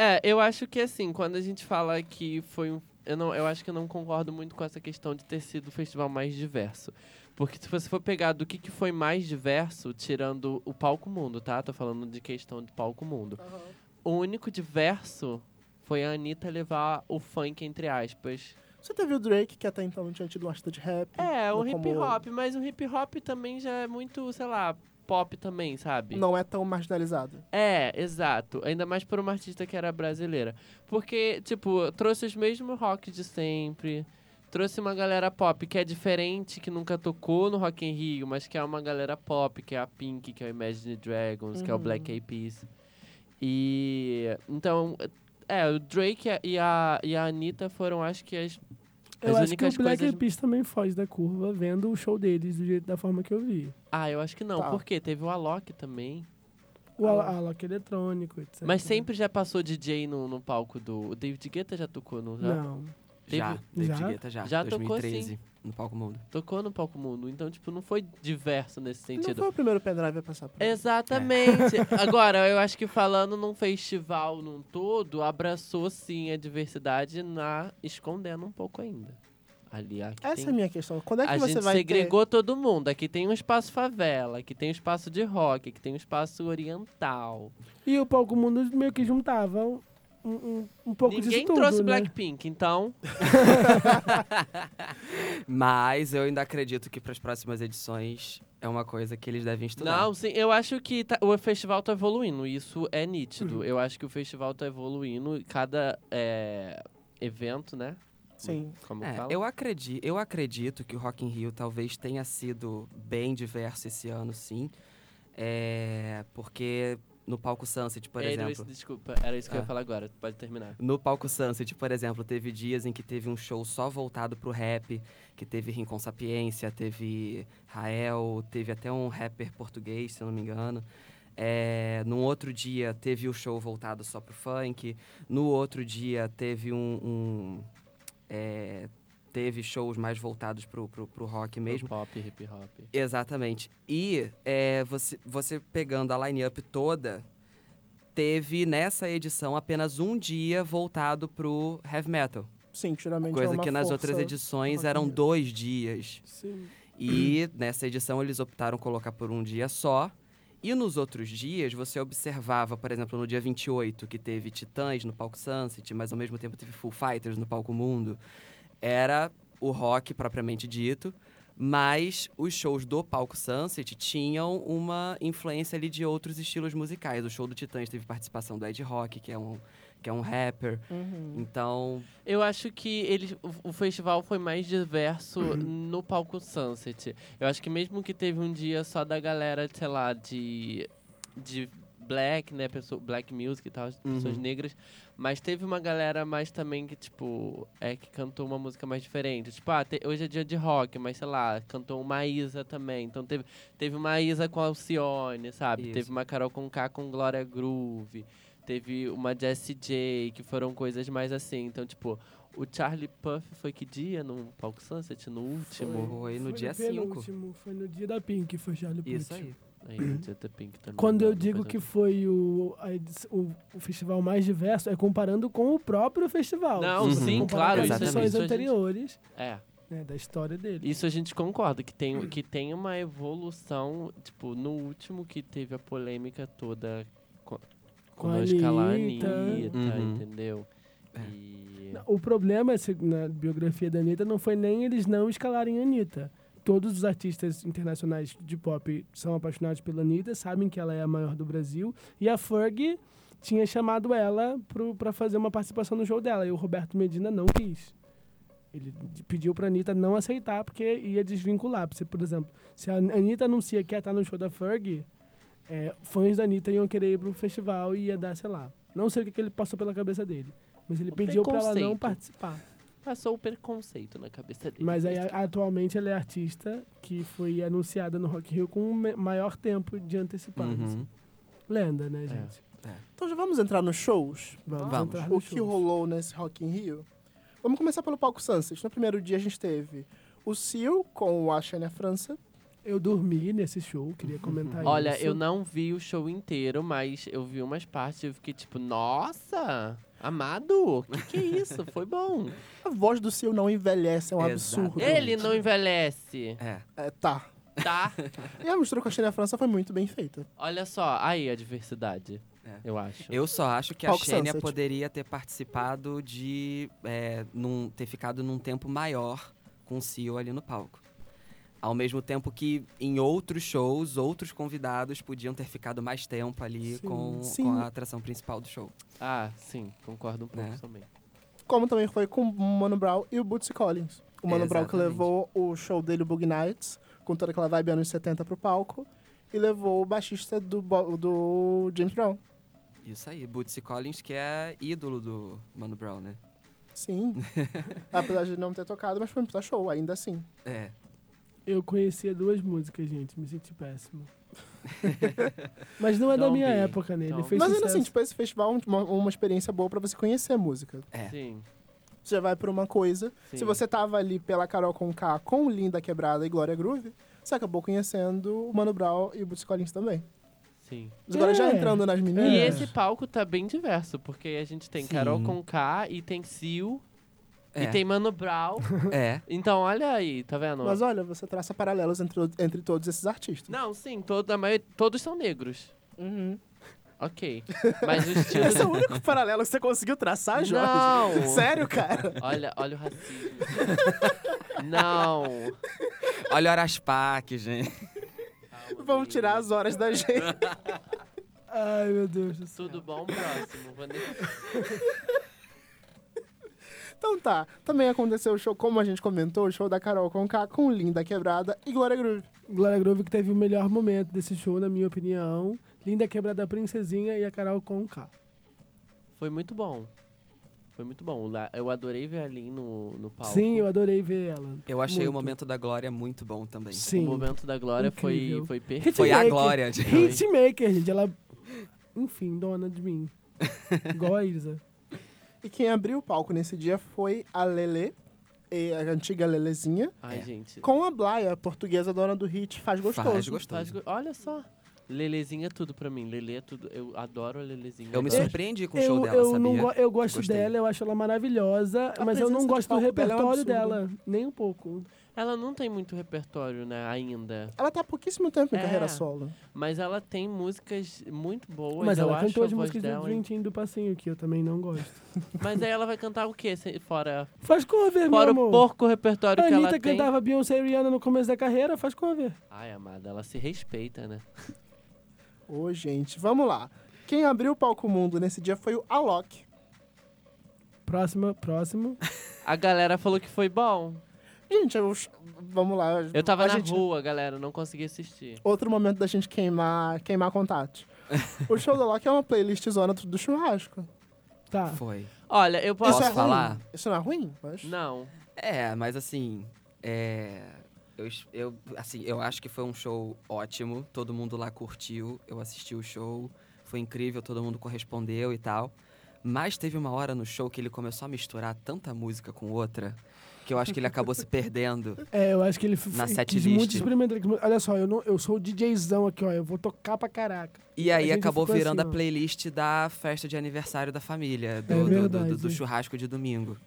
Speaker 3: É, eu acho que assim, quando a gente fala que foi um. Eu, não, eu acho que eu não concordo muito com essa questão de ter sido o festival mais diverso. Porque se você for pegar do que, que foi mais diverso, tirando o palco mundo, tá? Tô falando de questão de palco mundo. O único diverso foi a Anitta levar o funk, entre aspas.
Speaker 2: Você teve o Drake, que até então não tinha tido um artista de rap.
Speaker 3: É, o
Speaker 2: não
Speaker 3: hip
Speaker 2: como-
Speaker 3: hop, mas o hip hop também já é muito, sei lá, pop também, sabe?
Speaker 2: Não é tão marginalizado.
Speaker 3: É, exato. Ainda mais por uma artista que era brasileira. Porque, tipo, trouxe os mesmos rock de sempre. Trouxe uma galera pop que é diferente, que nunca tocou no Rock in Rio, mas que é uma galera pop, que é a Pink, que é o Imagine Dragons, que é o
Speaker 2: Uhum.
Speaker 3: Black Eyed Peas. E... Então, é, o Drake e a, e a Anitta foram, acho que, as,
Speaker 1: Eu
Speaker 3: as
Speaker 1: acho que o
Speaker 3: únicas
Speaker 1: Black
Speaker 3: coisas...
Speaker 1: Eyed Peas também foge da curva vendo o show deles do jeito da forma que eu vi.
Speaker 3: Ah, eu acho que não,
Speaker 2: Tá.
Speaker 3: porque teve o Alok também.
Speaker 1: O
Speaker 4: Ah.
Speaker 1: Al- Alok eletrônico, etc.
Speaker 3: Mas sempre já passou DJ no, no palco do... O David Guetta já tocou, não? Já?
Speaker 1: Não.
Speaker 4: Já,
Speaker 3: Teve-
Speaker 4: David
Speaker 1: Já?
Speaker 4: Guetta já.
Speaker 3: Já tocou,
Speaker 4: 2013, no palco mundo.
Speaker 3: Tocou no palco mundo, então, tipo, não foi diverso nesse
Speaker 2: Não
Speaker 3: sentido. É,
Speaker 2: foi É. o primeiro pendrive a passar por
Speaker 3: Exatamente. Agora, eu acho que falando num festival num todo, abraçou sim a diversidade na escondendo um pouco ainda. ali. Aqui
Speaker 2: Essa é a
Speaker 3: tem...
Speaker 2: minha questão. Quando é que
Speaker 3: a
Speaker 2: você
Speaker 3: gente
Speaker 2: vai
Speaker 3: segregou todo mundo. Aqui tem um espaço favela, aqui tem um espaço de rock, aqui tem um espaço oriental.
Speaker 2: Um
Speaker 1: E o Palco Mundo meio que juntava um, um, um pouco
Speaker 3: Ninguém
Speaker 1: disso tudo,
Speaker 3: trouxe
Speaker 1: né?
Speaker 3: Blackpink, então.
Speaker 4: Mas eu ainda acredito que para as próximas edições é uma coisa que eles devem estudar.
Speaker 3: Não, sim, eu acho que tá- o festival tá evoluindo, isso é nítido. Eu acho que o festival tá evoluindo, cada é, evento, né?
Speaker 2: ter... Sim.
Speaker 3: Como
Speaker 4: É,
Speaker 3: fala?
Speaker 4: eu, acredito, eu acredito que o Rock in Rio talvez tenha sido bem diverso esse ano, sim. É, porque no palco Sunset, por
Speaker 3: Era
Speaker 4: exemplo...
Speaker 3: isso- desculpa, era isso que eu
Speaker 4: Ah.
Speaker 3: ia falar agora, pode terminar.
Speaker 4: No palco Sunset, por exemplo, teve dias em que teve um show só voltado pro rap, que teve Rincon Sapiência, teve Rael, teve até um rapper português, se eu não me engano. É, num outro dia teve o show voltado só pro funk. No outro dia teve um. um, é, teve shows mais voltados pro, pro, pro rock mesmo.
Speaker 3: Pro Pop, hip hop.
Speaker 4: Exatamente. E é, você, você pegando a line-up toda, teve nessa edição apenas um dia voltado pro heavy metal.
Speaker 2: Sim, que geralmente é
Speaker 4: coisa
Speaker 2: uma
Speaker 4: que nas
Speaker 2: força.
Speaker 4: outras edições
Speaker 2: rock in
Speaker 4: eram
Speaker 2: Rio.
Speaker 4: dois dias.
Speaker 1: Sim.
Speaker 4: E nessa edição eles optaram colocar por um dia só. E nos outros dias você observava, por exemplo, no dia 28, que teve Titãs no palco Sunset, mas ao mesmo tempo teve Full Fighters no palco Mundo. Era o rock propriamente dito, mas os shows do palco Sunset tinham uma influência ali de outros estilos musicais. O show do Titãs teve participação do Ed Rock, que é um, que é um rapper.
Speaker 2: Uhum.
Speaker 4: Então,
Speaker 3: Eu acho que eles, o- o festival foi mais diverso
Speaker 4: Uhum.
Speaker 3: no palco Sunset. Eu acho que mesmo que teve um dia só da galera, sei lá, de, de black, né? Pessoa, black music e tal, as pessoas
Speaker 4: Uhum.
Speaker 3: negras. Mas teve uma galera mais também que, tipo, é que cantou uma música mais diferente. Tipo, ah, te- hoje é dia de rock, mas sei lá, cantou uma Isa também. Então teve, teve uma Isa com Alcione, sabe?
Speaker 4: Isso.
Speaker 3: Teve uma Carol com K com Glória Groove. Teve uma Jessie J, que foram coisas mais assim. Então, tipo, o Charlie Puff foi que dia no Palco Sunset? No último.
Speaker 4: Tipo, foi no dia 5.
Speaker 1: penúltimo, Foi no dia da Pink, foi Charlie
Speaker 4: Isso
Speaker 1: Puth.
Speaker 4: aí.
Speaker 3: Aí, o Jetta Pink também.
Speaker 1: Quando eu
Speaker 3: dando
Speaker 1: digo
Speaker 3: coisa
Speaker 1: que
Speaker 3: boa.
Speaker 1: foi o, a edi- o, o festival mais diverso, é comparando com o próprio festival.
Speaker 3: Não,
Speaker 1: Se você
Speaker 4: sim,
Speaker 1: comparar
Speaker 4: claro,
Speaker 1: com as
Speaker 4: exatamente.
Speaker 1: edições
Speaker 3: Isso é a gente-
Speaker 1: anteriores,
Speaker 3: É.
Speaker 1: né, da história dele.
Speaker 3: Isso a gente concorda, que tem, que tem uma evolução, tipo, no último que teve a polêmica toda co-
Speaker 1: Com
Speaker 3: com
Speaker 1: a
Speaker 3: a escala
Speaker 1: Anitta.
Speaker 3: Anitta,
Speaker 4: Uhum.
Speaker 3: entendeu?
Speaker 4: É.
Speaker 3: E...
Speaker 1: Não, O problema se- na biografia da Anitta não foi nem eles não escalarem a Anitta. Todos os artistas internacionais de pop são apaixonados pela Anitta, sabem que ela é a maior do Brasil. E a Ferg tinha chamado ela pro- pra fazer uma participação no show dela. E o Roberto Medina não quis. Ele d- pediu pra Anitta não aceitar, porque ia desvincular. Porque, Por exemplo, se a Anitta anuncia que ia estar no show da Ferg, é, fãs da Anitta iam querer ir pro festival e ia dar, sei lá. Não sei o que, que ele passou pela cabeça dele. Mas ele
Speaker 3: O
Speaker 1: pediu pra ela não
Speaker 3: preconceito.
Speaker 1: participar.
Speaker 3: Passou o preconceito na cabeça dele.
Speaker 1: Mas aí, a- atualmente, ela é artista que foi anunciada no Rock in Rio com o me- maior tempo de antecipado. assim.
Speaker 4: Uhum.
Speaker 1: Lenda, né, gente?
Speaker 2: Então já vamos entrar nos shows?
Speaker 1: Vamos,
Speaker 4: Vamos.
Speaker 1: entrar no
Speaker 2: o que
Speaker 1: show.
Speaker 2: rolou nesse Rock in Rio. Vamos começar pelo palco Sunset. No primeiro dia a gente teve o Seal com o Axé França.
Speaker 1: Eu dormi nesse show, queria comentar
Speaker 3: Olha,
Speaker 1: isso.
Speaker 3: eu não vi o show inteiro, mas eu vi umas partes e eu fiquei tipo, nossa, amado, que que é isso? Foi bom.
Speaker 2: A voz do Seal não envelhece, é um
Speaker 4: Exato.
Speaker 2: absurdo.
Speaker 3: Ele não envelhece,
Speaker 4: É.
Speaker 2: É, tá.
Speaker 3: tá?
Speaker 2: E a mistura com a Xenia França foi muito bem feita.
Speaker 3: Olha só, aí a diversidade,
Speaker 4: É.
Speaker 3: eu acho.
Speaker 4: Eu só acho que
Speaker 1: é
Speaker 2: Palco
Speaker 4: a Xenia
Speaker 1: tipo?
Speaker 2: Sunset.
Speaker 4: poderia ter participado de. é, num- ter ficado num tempo maior com o CEO ali no palco. Ao mesmo tempo que em outros shows, outros convidados podiam ter ficado mais tempo ali
Speaker 1: Sim,
Speaker 4: com,
Speaker 1: sim.
Speaker 4: com a atração principal do show.
Speaker 3: Ah, sim, concordo um pouco
Speaker 4: Né?
Speaker 3: também.
Speaker 2: Como também foi com o Mano Brown e o Bootsy Collins. O Mano Brown que
Speaker 4: Exatamente.
Speaker 2: levou o show dele, o Bug Nights, com toda aquela vibe anos 70 pro palco. E levou o baixista do, Bo- do James Brown.
Speaker 4: Isso aí, Bootsy Collins, que é ídolo do Mano Brown, né?
Speaker 2: Sim. Apesar de não ter tocado, mas foi um puta show, ainda assim.
Speaker 4: É.
Speaker 1: Eu conhecia duas músicas, gente, me senti péssimo. Mas não é da
Speaker 3: Don't
Speaker 1: minha
Speaker 3: be,
Speaker 1: época, né? Ele
Speaker 3: don't
Speaker 1: fez
Speaker 2: mas ainda
Speaker 1: sucesso.
Speaker 2: assim, tipo, esse festival é uma, uma experiência boa pra você conhecer a música.
Speaker 4: É.
Speaker 3: Sim,
Speaker 2: Você já vai por uma coisa.
Speaker 3: sim.
Speaker 2: Se você tava ali pela Carol com K com Linda Quebrada e Glória Groove, você acabou conhecendo o Mano Brown e o Bootsy Collins também.
Speaker 3: Sim.
Speaker 2: Mas agora
Speaker 1: É.
Speaker 2: já entrando nas meninas.
Speaker 3: E esse palco tá bem diverso, porque a gente tem
Speaker 4: Sim.
Speaker 3: Carol com K e tem Sil
Speaker 4: É,
Speaker 3: E tem Mano Brown.
Speaker 4: é.
Speaker 3: Então, olha aí, tá vendo?
Speaker 2: Mas olha, você traça paralelos entre, o- entre todos esses artistas.
Speaker 3: Não, sim, toda, a maioria, todos são negros.
Speaker 2: Uhum.
Speaker 3: Ok. Mas o estilo.
Speaker 2: Esse é o único paralelo que você conseguiu
Speaker 4: Ah,
Speaker 2: traçar, Jorge?
Speaker 3: Não.
Speaker 2: Sério, cara?
Speaker 3: Olha, olha o racismo. Não.
Speaker 4: Olha o Araspac, gente.
Speaker 2: Vamos tirar as horas da gente.
Speaker 1: Ai, meu Deus do céu.
Speaker 3: Tudo bom, próximo. Vanessa.
Speaker 2: Então tá, também aconteceu o show, como a gente comentou, o show da Carol Conká com Linda Quebrada e Glória Groove.
Speaker 1: Glória Groove que teve o melhor momento desse show, na minha opinião. Linda Quebrada Princesinha e a Carol com K.
Speaker 3: Foi muito bom. Foi muito bom. Lá- Eu adorei ver a Lin no, no palco.
Speaker 1: Sim, eu adorei ver ela.
Speaker 4: Eu achei
Speaker 1: Muito.
Speaker 4: o momento da Glória muito bom também.
Speaker 1: Sim.
Speaker 3: O momento da Glória foi,
Speaker 1: Incrível.
Speaker 3: foi perfeito.
Speaker 4: Foi a
Speaker 1: Hitmaker.
Speaker 4: Glória, gente.
Speaker 1: Hitmaker, gente. Ela, enfim, dona de mim. Igual a Isa.
Speaker 2: E quem abriu o palco nesse dia foi a Lele, e a antiga Lelezinha,
Speaker 3: Ai,
Speaker 4: É.
Speaker 3: gente.
Speaker 2: com a Blaia, portuguesa dona do hit Faz Gostoso.
Speaker 4: Faz
Speaker 3: Faz
Speaker 4: gostoso.
Speaker 3: go- Olha só. Lelezinha é tudo pra mim. Lele é tudo. Eu adoro a Lelezinha.
Speaker 4: Eu me
Speaker 3: Adoro.
Speaker 4: surpreendi com o show
Speaker 1: Eu,
Speaker 4: dela,
Speaker 1: eu,
Speaker 4: sabia?
Speaker 1: não go- eu gosto
Speaker 4: Gostei.
Speaker 1: dela, eu acho ela maravilhosa,
Speaker 2: A
Speaker 1: mas eu
Speaker 2: presença
Speaker 1: não
Speaker 2: de
Speaker 1: gosto do
Speaker 2: palco dela é um
Speaker 1: repertório
Speaker 2: absurdo.
Speaker 1: dela, nem um pouco.
Speaker 3: Ela não tem muito repertório, né, ainda.
Speaker 2: Ela tá há pouquíssimo tempo em
Speaker 3: É.
Speaker 2: carreira solo.
Speaker 3: Mas ela tem músicas muito boas.
Speaker 1: Mas
Speaker 3: eu
Speaker 1: ela
Speaker 3: acho
Speaker 1: cantou as
Speaker 3: a voz
Speaker 1: músicas do
Speaker 3: dela
Speaker 1: Dream Team Um do Passinho, que eu também não gosto.
Speaker 3: Mas aí ela vai cantar o quê? se- Fora,
Speaker 1: Faz cover, meu
Speaker 3: fora
Speaker 1: amor.
Speaker 3: o porco repertório
Speaker 1: a
Speaker 3: que ela
Speaker 1: Anitta
Speaker 3: tem.
Speaker 1: cantava Beyoncé e Rihanna no começo da carreira, faz cover.
Speaker 3: Ai, amada, ela se respeita, né?
Speaker 2: Ô, gente, vamos lá. Quem abriu o palco mundo nesse dia foi o Alok.
Speaker 1: Próxima, próximo.
Speaker 3: A galera falou que foi bom.
Speaker 2: Gente, eu- vamos lá.
Speaker 3: Eu tava
Speaker 2: a
Speaker 3: na
Speaker 2: gente-
Speaker 3: rua, galera, não consegui assistir.
Speaker 2: Outro momento da gente queimar, queimar contato. o show do Alok é uma playlist zona do churrasco.
Speaker 1: Tá.
Speaker 4: Foi.
Speaker 3: Olha, eu posso.
Speaker 4: Isso
Speaker 2: é
Speaker 4: falar?
Speaker 2: ruim? Isso não é ruim? Mas...
Speaker 3: Não.
Speaker 4: É, mas assim, é, eu, es- eu, assim, eu acho que foi um show ótimo. Todo mundo lá curtiu, eu assisti o show, foi incrível, todo mundo correspondeu e tal. Mas teve uma hora no show que ele começou a misturar tanta música com outra que eu acho que ele acabou se perdendo.
Speaker 1: É, eu acho que ele f-
Speaker 4: Na
Speaker 1: f-
Speaker 4: set
Speaker 1: quis
Speaker 4: list.
Speaker 1: muito experimentar. Olha só, eu, não, eu sou o DJzão aqui, ó. Eu vou tocar pra caraca.
Speaker 4: E
Speaker 1: A
Speaker 4: aí
Speaker 1: gente
Speaker 4: acabou
Speaker 1: ficou assim,
Speaker 4: virando
Speaker 1: ó.
Speaker 4: a playlist da festa de aniversário da família, do,
Speaker 1: É
Speaker 4: do- do-
Speaker 1: verdade.
Speaker 4: do- do churrasco de domingo.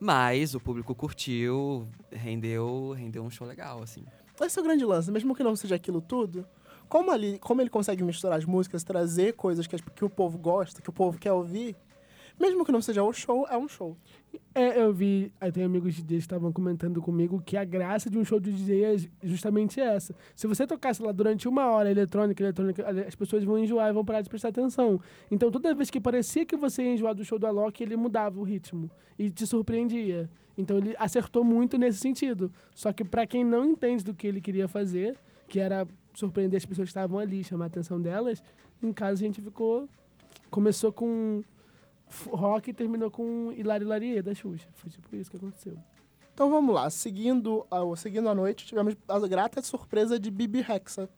Speaker 4: Mas o público curtiu, rendeu, rendeu um show legal, assim.
Speaker 2: Esse é o grande lance, mesmo que não seja aquilo tudo. Como, ali, como ele consegue misturar as músicas, trazer coisas que, as- que o povo gosta, que o povo quer ouvir, mesmo que não seja o show, é um show.
Speaker 1: É, eu vi, aí tem amigos DJs que estavam comentando comigo que a graça de um show de DJ é justamente essa. Se você tocasse lá durante uma hora eletrônica, eletrônica, ali, as pessoas vão enjoar e vão parar de prestar atenção. Então toda vez que parecia que você ia enjoar do show do Alok, ele mudava o ritmo e te surpreendia. Então ele acertou muito nesse sentido. Só que pra quem não entende do que ele queria fazer, que era surpreender as pessoas que estavam ali, chamar a atenção delas, em casa a gente ficou começou com f- rock e terminou com Hilari Larie da Xuxa. Foi tipo isso que aconteceu.
Speaker 2: Então vamos lá, seguindo a, o- seguindo a noite, tivemos a grata surpresa de Bibi Rexa.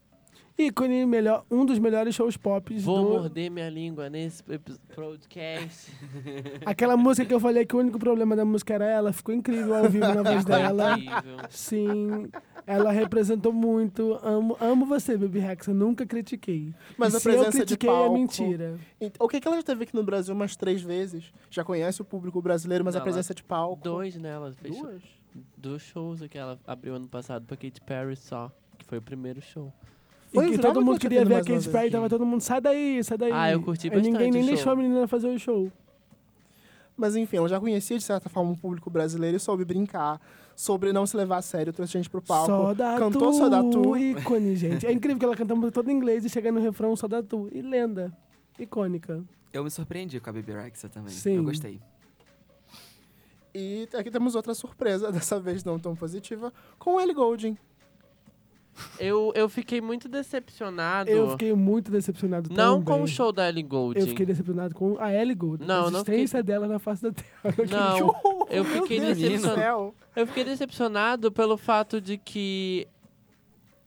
Speaker 1: Ícone, melhor, um dos melhores shows pop.
Speaker 3: Vou
Speaker 1: Do,
Speaker 3: morder minha língua nesse epi- podcast.
Speaker 1: aquela música que eu falei que o único problema da música era ela, ficou incrível ao vivo na voz dela.
Speaker 3: Tá Incrível.
Speaker 1: Sim, ela representou muito. Amo, amo você, Baby Rex. Eu nunca critiquei.
Speaker 2: Mas
Speaker 1: E
Speaker 2: a
Speaker 1: se eu
Speaker 2: presença de
Speaker 1: critiquei é
Speaker 2: palco-
Speaker 1: mentira.
Speaker 2: Ent- O que, que ela já teve aqui no Brasil umas três vezes? Já conhece o público brasileiro, mas
Speaker 3: Não,
Speaker 2: a presença de palco.
Speaker 3: Dois, né? Ela fez
Speaker 2: Duas?
Speaker 3: dois shows que ela abriu ano passado pra Katy Perry só. Que foi o primeiro show.
Speaker 2: Foi
Speaker 1: e que
Speaker 2: incrível,
Speaker 1: todo mundo
Speaker 2: eu tinha
Speaker 1: queria
Speaker 2: vido
Speaker 1: ver a
Speaker 2: mais uma
Speaker 1: Katy
Speaker 2: vez.
Speaker 1: Perry, tava todo mundo, sai daí, sai daí.
Speaker 3: Ah, eu curti
Speaker 1: Aí Ninguém
Speaker 3: bastante
Speaker 1: nem
Speaker 3: o
Speaker 1: deixou
Speaker 3: show.
Speaker 1: a menina fazer o show.
Speaker 2: Mas enfim, ela já conhecia de certa forma o público brasileiro e soube brincar, sobre não se levar a sério, trouxe gente pro palco.
Speaker 1: Só da
Speaker 2: cantou
Speaker 1: tu,
Speaker 2: Só da Tu.
Speaker 1: ícone, gente. É incrível que ela canta a música toda em inglês e chega no refrão Só da tu. E lenda. Icônica.
Speaker 4: Eu me surpreendi com a Bibi Rexa também.
Speaker 1: Sim.
Speaker 4: Eu gostei.
Speaker 2: E aqui temos outra surpresa, dessa vez não tão positiva, com Ellie Goulding.
Speaker 3: Eu, eu fiquei muito decepcionado.
Speaker 1: Eu fiquei muito decepcionado
Speaker 3: não
Speaker 1: também.
Speaker 3: com o show da Ellie Goulding.
Speaker 1: Eu fiquei decepcionado com a Ellie Gould.
Speaker 3: Não,
Speaker 1: a
Speaker 3: não
Speaker 1: existência dela na face da terra.
Speaker 3: Não, eu
Speaker 2: Meu
Speaker 3: fiquei
Speaker 2: Deus do
Speaker 3: decepcionado.
Speaker 2: céu.
Speaker 3: Eu fiquei decepcionado pelo fato de que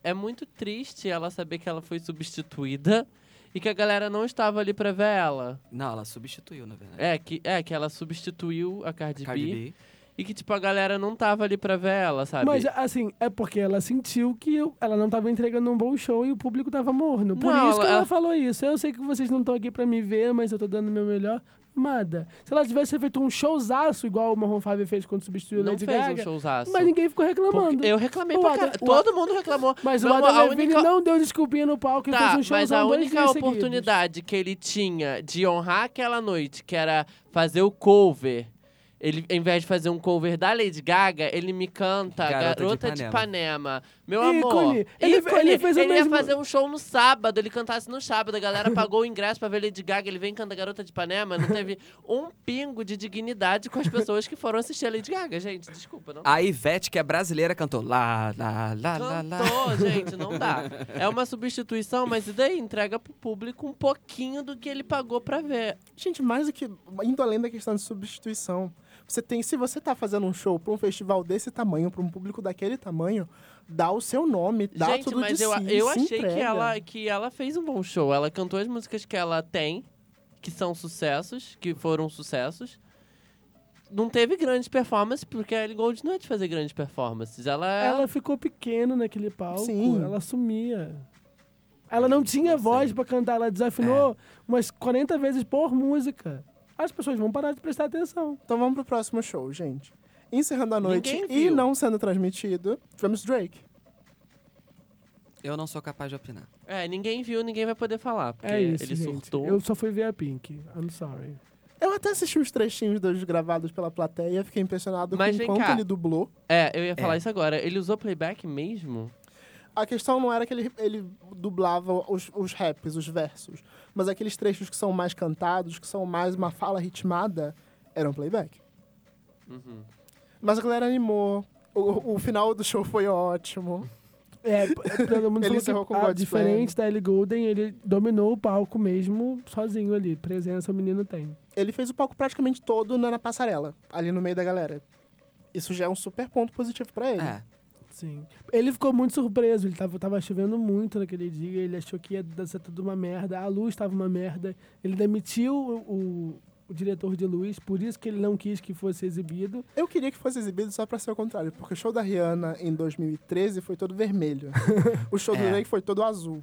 Speaker 3: é muito triste ela saber que ela foi substituída e que a galera não estava ali pra ver ela.
Speaker 4: Não, ela substituiu, na verdade.
Speaker 3: É que, é, que ela substituiu a Cardi,
Speaker 4: Cardi
Speaker 3: B,
Speaker 4: B.
Speaker 3: e que, tipo, a galera não tava ali pra ver ela, sabe?
Speaker 1: Mas, assim, é porque ela sentiu que eu- ela não estava entregando um bom show e o público tava morno. Por
Speaker 3: Não,
Speaker 1: isso que
Speaker 3: ela-
Speaker 1: ela falou isso. Eu sei que vocês não estão aqui pra me ver, mas eu tô dando o meu melhor. Nada. Se ela tivesse feito um showzaço igual o Marron 5 fez quando substituiu
Speaker 3: Não
Speaker 1: Lady
Speaker 3: fez um
Speaker 1: Gaga,
Speaker 3: showzaço.
Speaker 1: mas ninguém ficou reclamando.
Speaker 3: Porque eu reclamei
Speaker 1: O
Speaker 3: pra
Speaker 1: Adam-
Speaker 3: caralho.
Speaker 1: o
Speaker 3: Todo mundo reclamou.
Speaker 1: Mas
Speaker 3: Meu
Speaker 1: o é
Speaker 3: amor, a
Speaker 1: Adam Levine
Speaker 3: única-
Speaker 1: não deu desculpinha no palco e fez
Speaker 3: Tá,
Speaker 1: um
Speaker 3: mas a
Speaker 1: showzão dois
Speaker 3: única
Speaker 1: dias
Speaker 3: oportunidade que ele tinha de honrar aquela noite, que era fazer o cover, ele, ao invés de fazer um cover da Lady Gaga, ele me canta
Speaker 4: Garota de
Speaker 3: Garota, de, Ipanema. Meu amor,
Speaker 1: Ícone. Ele- ele fez o
Speaker 3: Ele
Speaker 1: mesmo-
Speaker 3: ia fazer um show no sábado, ele cantasse no sábado, a galera pagou o ingresso pra ver Lady Gaga, ele vem e canta Garota de Ipanema. Não teve um pingo de dignidade com as pessoas que foram assistir a Lady Gaga, gente. Desculpa, não
Speaker 4: A Ivete, que é brasileira, cantou lá, lá, lá, Ah, lá, lá.
Speaker 3: Cantou, gente, não dá. É uma substituição, mas e daí? Entrega pro público um pouquinho do que ele pagou pra ver.
Speaker 2: Gente, mais do que. Indo além da questão de substituição. Você tem, se você tá fazendo um show pra um festival desse tamanho, pra um público daquele tamanho, dá o seu nome, dá
Speaker 3: gente,
Speaker 2: tudo
Speaker 3: mas
Speaker 2: de
Speaker 3: eu,
Speaker 2: si,
Speaker 3: eu
Speaker 2: se
Speaker 3: achei que
Speaker 2: entrega.
Speaker 3: ela, que ela fez um bom show. Ela cantou as músicas que ela tem, que são sucessos, que foram sucessos. Não teve grandes performances, porque a Ellie Gold não é de fazer grandes performances. Ela,
Speaker 1: Ela ficou pequena naquele palco,
Speaker 2: Sim.
Speaker 1: ela sumia. Ela não tinha
Speaker 4: sei.
Speaker 1: voz pra cantar, ela
Speaker 3: É.
Speaker 1: desafinou umas 40 vezes por música. As pessoas vão parar de prestar atenção.
Speaker 2: Então vamos pro próximo show, gente. Encerrando a noite
Speaker 3: Ninguém
Speaker 2: e
Speaker 3: viu.
Speaker 2: não sendo transmitido, tivemos Drake.
Speaker 4: Eu não sou capaz de opinar.
Speaker 3: É, ninguém viu, ninguém vai poder falar. Porque
Speaker 1: É isso,
Speaker 3: ele
Speaker 1: gente.
Speaker 3: surtou.
Speaker 1: Eu só fui ver a Pink. I'm sorry.
Speaker 2: Eu até assisti uns trechinhos dos gravados pela plateia, fiquei impressionado
Speaker 3: Mas
Speaker 2: com
Speaker 3: vem
Speaker 2: o quanto
Speaker 3: cá.
Speaker 2: ele dublou.
Speaker 3: É, eu ia falar isso agora. Ele usou playback mesmo?
Speaker 2: A questão não era que ele, ele dublava os, os raps, os versos, mas aqueles trechos que são mais cantados, que são mais uma fala ritmada, eram playback.
Speaker 4: Uhum.
Speaker 2: Mas a galera animou. O, o final do show foi ótimo.
Speaker 1: É, p- todo mundo
Speaker 2: Ele
Speaker 1: falou
Speaker 2: encerrou
Speaker 1: que,
Speaker 2: com
Speaker 1: ah,
Speaker 2: God's
Speaker 1: diferente da Ellie Golden, ele dominou o palco mesmo, sozinho ali. Presença o menino tem.
Speaker 2: Ele fez o palco praticamente todo na, na passarela, ali no meio da galera. Isso já é um super ponto positivo pra ele.
Speaker 4: É.
Speaker 1: Sim. Ele ficou muito surpreso, ele tava, tava chovendo muito naquele dia, ele achou que ia dar- ser tudo uma merda, a luz tava uma merda. Ele demitiu o, o- o diretor de luz, por isso que ele não quis que fosse exibido.
Speaker 2: Eu queria que fosse exibido só pra ser o contrário, porque o show da Rihanna em 2013 foi todo vermelho. o show do
Speaker 4: É.
Speaker 2: Drake foi todo azul.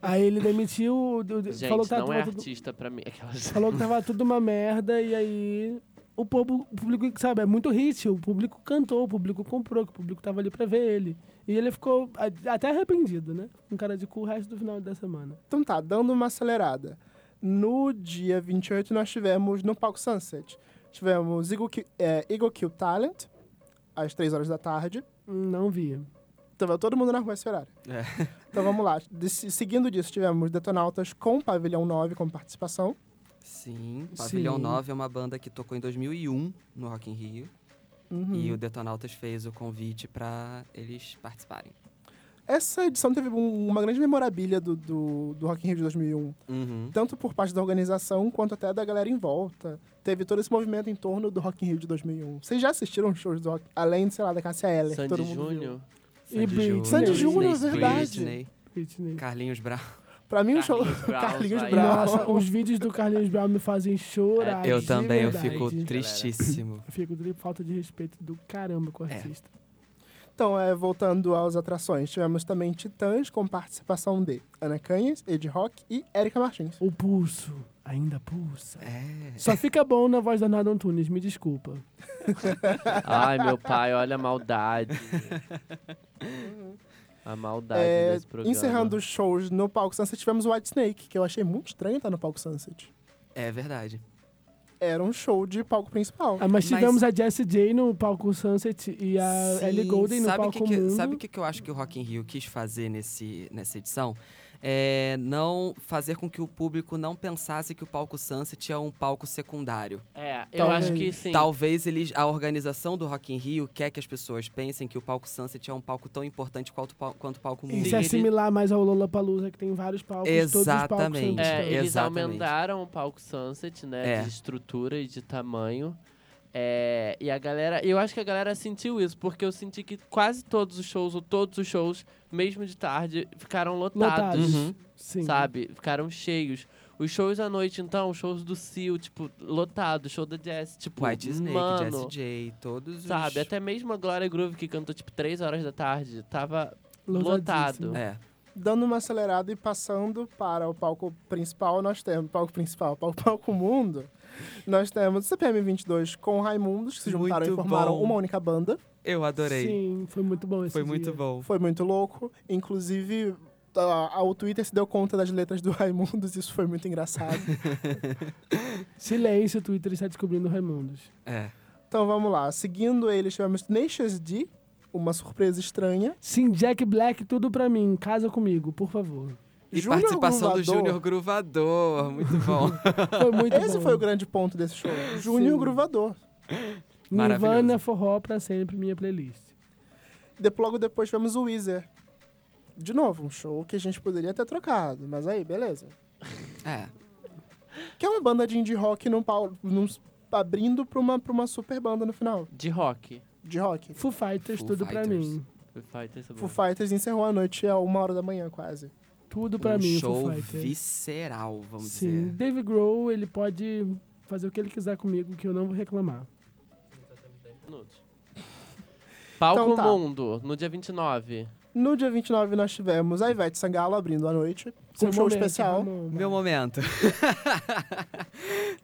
Speaker 1: Aí ele demitiu, o- o-
Speaker 3: Gente,
Speaker 1: falou, que tava
Speaker 3: não é
Speaker 1: tudo,
Speaker 3: artista pra mim. Aquelas...
Speaker 1: falou que tava tudo uma merda, e aí o, povo, o público, sabe, é muito hit, o público cantou, o público comprou, que o público tava ali pra ver ele. E ele ficou a- até arrependido, né? Um cara de cu o resto do final da semana.
Speaker 2: Então tá, dando uma acelerada. No dia 28, nós tivemos no palco Sunset. Tivemos Eagle Kill, é, Eagle Kill Talent, às 3 horas da tarde. Então
Speaker 1: Hum, Não vi.
Speaker 2: Tava todo mundo na rua esse horário.
Speaker 4: É.
Speaker 2: Então vamos lá. De- seguindo disso, tivemos Detonautas com Pavilhão 9 como participação.
Speaker 4: Sim. Pavilhão
Speaker 1: Sim.
Speaker 4: 9 é uma banda que tocou em 2001 no Rock in Rio. E o Detonautas fez o convite pra eles participarem.
Speaker 2: Essa edição teve um- uma grande memorabilia do, do, do Rock in Rio de 2001.
Speaker 4: Uhum.
Speaker 2: tanto por parte da organização quanto até da galera em volta. Teve todo esse movimento em torno do Rock in Rio de 2001. Vocês já assistiram shows do Rock, além, sei lá, da Cássia Eller, que todo
Speaker 3: Sandy
Speaker 2: mundo viu.
Speaker 3: Júnior.
Speaker 1: E Britney.
Speaker 2: Sandy Júnior,
Speaker 4: Britney
Speaker 2: verdade.
Speaker 4: Spears, Britney,
Speaker 1: Whitney.
Speaker 4: Carlinhos Brown.
Speaker 2: Pra mim, o um show...
Speaker 3: Carlinhos Brown,
Speaker 2: Carlinhos
Speaker 3: vai.
Speaker 2: Brown.
Speaker 1: Nossa, os vídeos do Carlinhos Brown me fazem chorar.
Speaker 4: eu
Speaker 1: de
Speaker 4: também, eu
Speaker 1: verdade.
Speaker 4: fico
Speaker 1: Eu
Speaker 4: tristíssimo.
Speaker 1: Fico de falta de respeito do caramba com o
Speaker 4: É.
Speaker 1: artista.
Speaker 2: Então, é, voltando às atrações, tivemos também Titãs com participação de Ana Canhas, Ed Rock e Erika Martins.
Speaker 1: O pulso ainda pulsa.
Speaker 4: É.
Speaker 1: Só fica bom na voz da Nada Antunes, me desculpa.
Speaker 3: Ai, meu pai, olha a maldade. A maldade
Speaker 2: Uhum. É,
Speaker 3: desse programa.
Speaker 2: encerrando os shows no palco Sunset, tivemos White Snake, que eu achei muito estranho estar no palco Sunset.
Speaker 4: É verdade.
Speaker 2: Era um show de palco principal.
Speaker 1: Ah, mas
Speaker 4: Mas-
Speaker 1: tivemos a Jessie J no palco Sunset e a
Speaker 4: Sim,
Speaker 1: É, Ellie Golden no
Speaker 4: sabe
Speaker 1: palco
Speaker 4: que que,
Speaker 1: Mundo.
Speaker 4: Sabe o que, que eu acho que o Rock in Rio quis fazer nesse, nessa edição? É não fazer com que o público não pensasse que o palco Sunset é um palco secundário.
Speaker 3: É, eu
Speaker 2: Talvez.
Speaker 3: acho que sim.
Speaker 4: Talvez eles, a organização do Rock in Rio quer que as pessoas pensem que o palco Sunset é um palco tão importante quanto, o pal- quanto o palco
Speaker 1: E
Speaker 4: Mundo.
Speaker 1: se
Speaker 3: Sim, ele-
Speaker 1: assimilar mais ao Lollapalooza, que tem vários palcos, todos os palcos são
Speaker 4: Exatamente.
Speaker 3: É,
Speaker 1: distantes.
Speaker 3: eles
Speaker 4: Exatamente.
Speaker 3: aumentaram o palco Sunset, né?
Speaker 4: É.
Speaker 3: De estrutura e de tamanho. É, e a galera, eu acho que a galera sentiu isso, porque eu senti que quase todos os shows, ou todos os shows, mesmo de tarde, ficaram lotados.
Speaker 1: Lotados,
Speaker 4: Uhum.
Speaker 1: sim.
Speaker 3: sabe? Ficaram cheios. Os shows à noite, então, os shows do Seal, tipo, lotado, show da Jess, tipo,
Speaker 4: White Snake,
Speaker 3: mano,
Speaker 4: Jesse J, todos os...
Speaker 3: sabe? Até mesmo a Glória Groove, que cantou, tipo, três horas da tarde, tava
Speaker 1: Lotadíssimo.
Speaker 3: lotado.
Speaker 4: É.
Speaker 2: dando uma acelerada e passando para o palco principal, nós temos palco principal, palco, palco mundo. Nós temos CPM 22 com Raimundos, que se juntaram
Speaker 4: Muito
Speaker 2: e formaram
Speaker 4: bom.
Speaker 2: uma única banda.
Speaker 4: Eu adorei.
Speaker 1: Sim, foi muito bom esse
Speaker 4: Foi muito
Speaker 1: dia.
Speaker 4: bom.
Speaker 2: Foi muito louco. Inclusive, tá, a- a- o Twitter se deu conta das letras do Raimundos, isso foi muito engraçado.
Speaker 1: Silêncio, o Twitter está descobrindo Raimundos.
Speaker 4: É.
Speaker 2: então vamos lá. Seguindo eles, tivemos Nations D, uma surpresa estranha.
Speaker 1: Sim, Jack Black, tudo pra mim. Casa comigo, por favor.
Speaker 4: E
Speaker 2: Júnior
Speaker 4: participação do
Speaker 2: Gruvador.
Speaker 4: Júnior Gruvador. Muito bom.
Speaker 1: Foi muito
Speaker 2: Esse
Speaker 1: bom.
Speaker 2: foi o grande ponto desse show. Júnior Gruvador.
Speaker 1: Nirvana
Speaker 4: Maravilhoso.
Speaker 1: Forró pra sempre, minha playlist.
Speaker 2: De, logo depois tivemos o Weezer. De novo, um show que a gente poderia ter trocado, mas aí, beleza.
Speaker 4: é.
Speaker 2: Que é uma banda de indie rock num, pau- num, abrindo pra uma, pra uma super banda no final,
Speaker 3: De rock.
Speaker 2: de rock.
Speaker 1: Foo Fighters,
Speaker 4: Foo
Speaker 1: tudo pra
Speaker 4: Fighters.
Speaker 1: mim.
Speaker 3: Foo Fighters é
Speaker 2: Foo
Speaker 3: bom.
Speaker 2: Fighters encerrou a noite a uma hora da manhã, quase.
Speaker 1: Tudo pra
Speaker 4: um
Speaker 1: mim,
Speaker 4: show
Speaker 1: Foo Fighters.
Speaker 4: visceral, vamos
Speaker 1: Sim,
Speaker 4: dizer.
Speaker 1: Dave Grohl, ele pode fazer o que ele quiser comigo, que eu não vou reclamar.
Speaker 2: Um
Speaker 3: Minutos. Palco
Speaker 2: Então tá.
Speaker 3: Mundo, no dia 29.
Speaker 2: No dia 29 nós tivemos a Ivete Sangalo abrindo a noite, com
Speaker 1: Seu
Speaker 2: um show
Speaker 1: momento,
Speaker 2: especial.
Speaker 1: Ramon.
Speaker 4: Meu momento.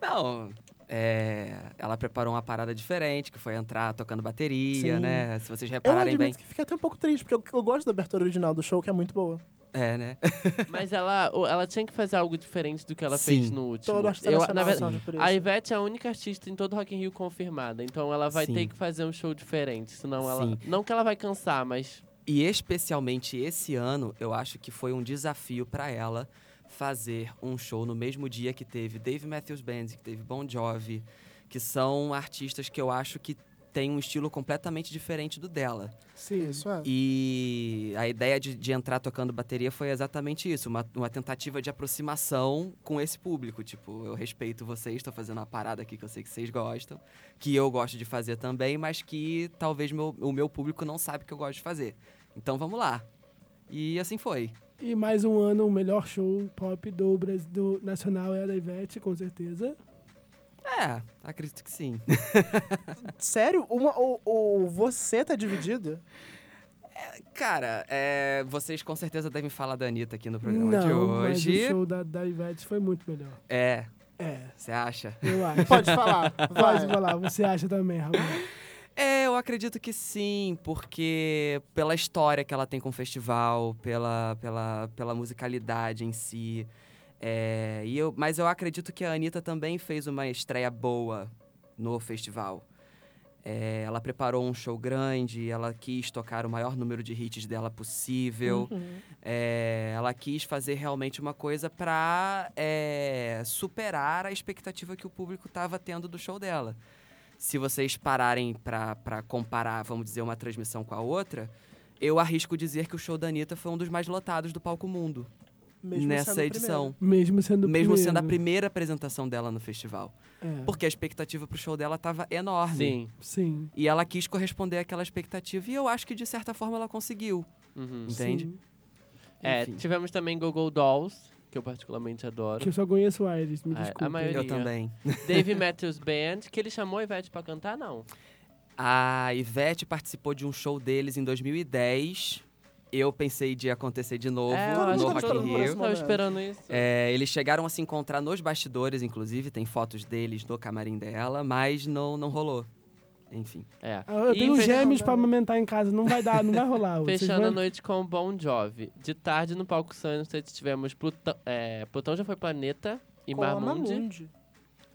Speaker 4: Não, é, ela preparou uma parada diferente, que foi entrar tocando bateria,
Speaker 2: Sim.
Speaker 4: né? Se
Speaker 1: É
Speaker 4: vocês
Speaker 2: Eu
Speaker 4: repararem
Speaker 2: admito
Speaker 4: bem.
Speaker 2: que fiquei até um pouco triste, porque eu, eu gosto da abertura original do show, que é muito boa.
Speaker 4: É, né?
Speaker 3: Mas ela, o- ela tinha que fazer algo diferente do que ela
Speaker 4: Sim.
Speaker 3: fez no último.
Speaker 2: Todo artista
Speaker 3: Eu- na
Speaker 2: nacional
Speaker 3: verdade,
Speaker 2: sabe por isso.
Speaker 3: a Ivete é a única artista em todo Rock in Rio confirmada, então ela vai
Speaker 4: Sim.
Speaker 3: ter que fazer um show diferente, senão ela...
Speaker 4: Sim.
Speaker 3: Não que ela vai cansar, mas...
Speaker 4: E especialmente esse ano, eu acho que foi um desafio pra ela fazer um show no mesmo dia que teve Dave Matthews Band, que teve Bon Jovi, que são artistas que eu acho que têm um estilo completamente diferente do dela.
Speaker 1: Sim.
Speaker 2: Isso é.
Speaker 4: E a ideia de, de entrar tocando bateria foi exatamente isso, uma, uma tentativa de aproximação com esse público. Tipo, eu respeito vocês, estou fazendo uma parada aqui que eu sei que vocês gostam, que eu gosto de fazer também, mas que talvez meu- o meu público não sabe que eu gosto de fazer. Então vamos lá. E assim foi.
Speaker 1: E mais um ano, o melhor show pop do Brasil do Nacional é a da Ivete, com certeza.
Speaker 4: É, acredito que sim.
Speaker 2: Sério? Uma, o, o- você tá dividido?
Speaker 4: Cara, é, vocês com certeza devem falar da Anitta aqui no programa
Speaker 1: não,
Speaker 4: de
Speaker 1: mas
Speaker 4: hoje.
Speaker 1: o show da, da Ivete foi muito melhor.
Speaker 4: É,
Speaker 1: É,
Speaker 4: você acha?
Speaker 1: eu acho.
Speaker 2: Pode falar.
Speaker 1: Pode
Speaker 2: Vai.
Speaker 1: falar, você acha também, Ramon.
Speaker 4: É, eu acredito que sim, porque pela história que ela tem com o festival, pela, pela, pela musicalidade em si. É, e eu, mas eu acredito que a Anitta também fez uma estreia boa no festival. É, ela preparou um show grande, ela quis tocar o maior número de hits dela possível. É, ela quis fazer realmente uma coisa pra é, superar a expectativa que o público estava tendo do show dela. Se vocês pararem pra pra comparar, vamos dizer, uma transmissão com a outra, eu arrisco dizer que o show da Anitta foi um dos mais lotados do palco mundo
Speaker 2: Mesmo sendo
Speaker 4: nessa
Speaker 2: o
Speaker 4: edição.
Speaker 1: Mesmo sendo o
Speaker 4: Mesmo sendo a
Speaker 1: primeiro.
Speaker 4: primeira apresentação dela no festival.
Speaker 1: É,
Speaker 4: Porque a expectativa pro show dela tava enorme.
Speaker 3: Sim.
Speaker 1: Sim.
Speaker 4: E ela quis corresponder àquela expectativa e eu acho que de certa forma ela conseguiu,
Speaker 3: Uhum.
Speaker 4: entende?
Speaker 1: sim.
Speaker 3: É,
Speaker 4: Enfim.
Speaker 3: tivemos também Google Dolls, que eu particularmente adoro.
Speaker 1: Que eu só conheço o Aires, me
Speaker 3: É, a
Speaker 1: desculpa.
Speaker 3: maioria-
Speaker 4: Eu também.
Speaker 3: Dave Matthews Band, que ele chamou a Ivete pra cantar, não.
Speaker 4: A Ivete participou de um show deles em 2010. Eu pensei de acontecer de novo
Speaker 3: é, eu
Speaker 2: todo
Speaker 3: acho
Speaker 4: no
Speaker 2: mundo
Speaker 3: que
Speaker 4: Rock
Speaker 3: todo
Speaker 4: in
Speaker 2: esperando
Speaker 3: mundo
Speaker 4: Rio.
Speaker 2: isso.
Speaker 3: tava esperando isso.
Speaker 4: É, eles chegaram a se encontrar nos bastidores, inclusive, tem fotos deles no camarim dela, mas não, não rolou. Enfim.
Speaker 3: É.
Speaker 1: Ah, Eu
Speaker 3: E
Speaker 1: tenho
Speaker 3: fez-
Speaker 1: gêmeos pra amamentar em casa, não vai dar, não vai rolar. vocês
Speaker 3: Fechando
Speaker 1: vão-
Speaker 3: a noite com Bon Jovi. De tarde, no palco Sunset, tivemos Plutão... É, Plutão já foi planeta e
Speaker 2: Com a
Speaker 3: Marmundi.
Speaker 2: Mamundi.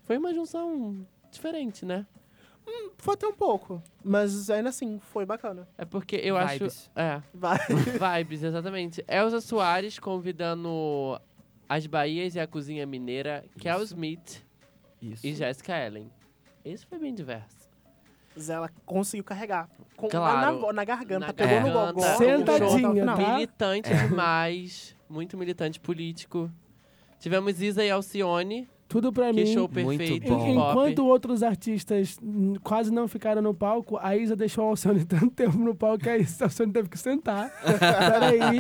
Speaker 3: Foi uma junção diferente, né?
Speaker 2: Foi até um pouco, mas ainda assim, foi bacana.
Speaker 3: É porque eu
Speaker 4: Vibes.
Speaker 3: acho... É,
Speaker 2: Vai.
Speaker 3: vibes, exatamente. Elza Soares convidando as Bahias e a Cozinha Mineira, Kel Smith
Speaker 4: Isso.
Speaker 3: e Jessica Ellen. Isso foi bem diverso.
Speaker 2: Mas ela conseguiu carregar. Com,
Speaker 3: Claro.
Speaker 2: na, na, na garganta,
Speaker 3: Na
Speaker 2: pegou no
Speaker 3: garganta.
Speaker 2: gogó.
Speaker 1: Sentadinha,
Speaker 2: não.
Speaker 1: tá?
Speaker 4: É.
Speaker 3: Militante demais, muito militante político. Tivemos Isa e Alcione,
Speaker 1: Tudo pra
Speaker 3: Que
Speaker 1: mim.
Speaker 3: show
Speaker 4: Muito
Speaker 3: perfeito.
Speaker 4: bom.
Speaker 3: pop.
Speaker 1: En- Enquanto outros artistas hum, quase não ficaram no palco, a Isa deixou o Alcione tanto tempo no palco que a Isa- a Alcione teve que sentar. Peraí.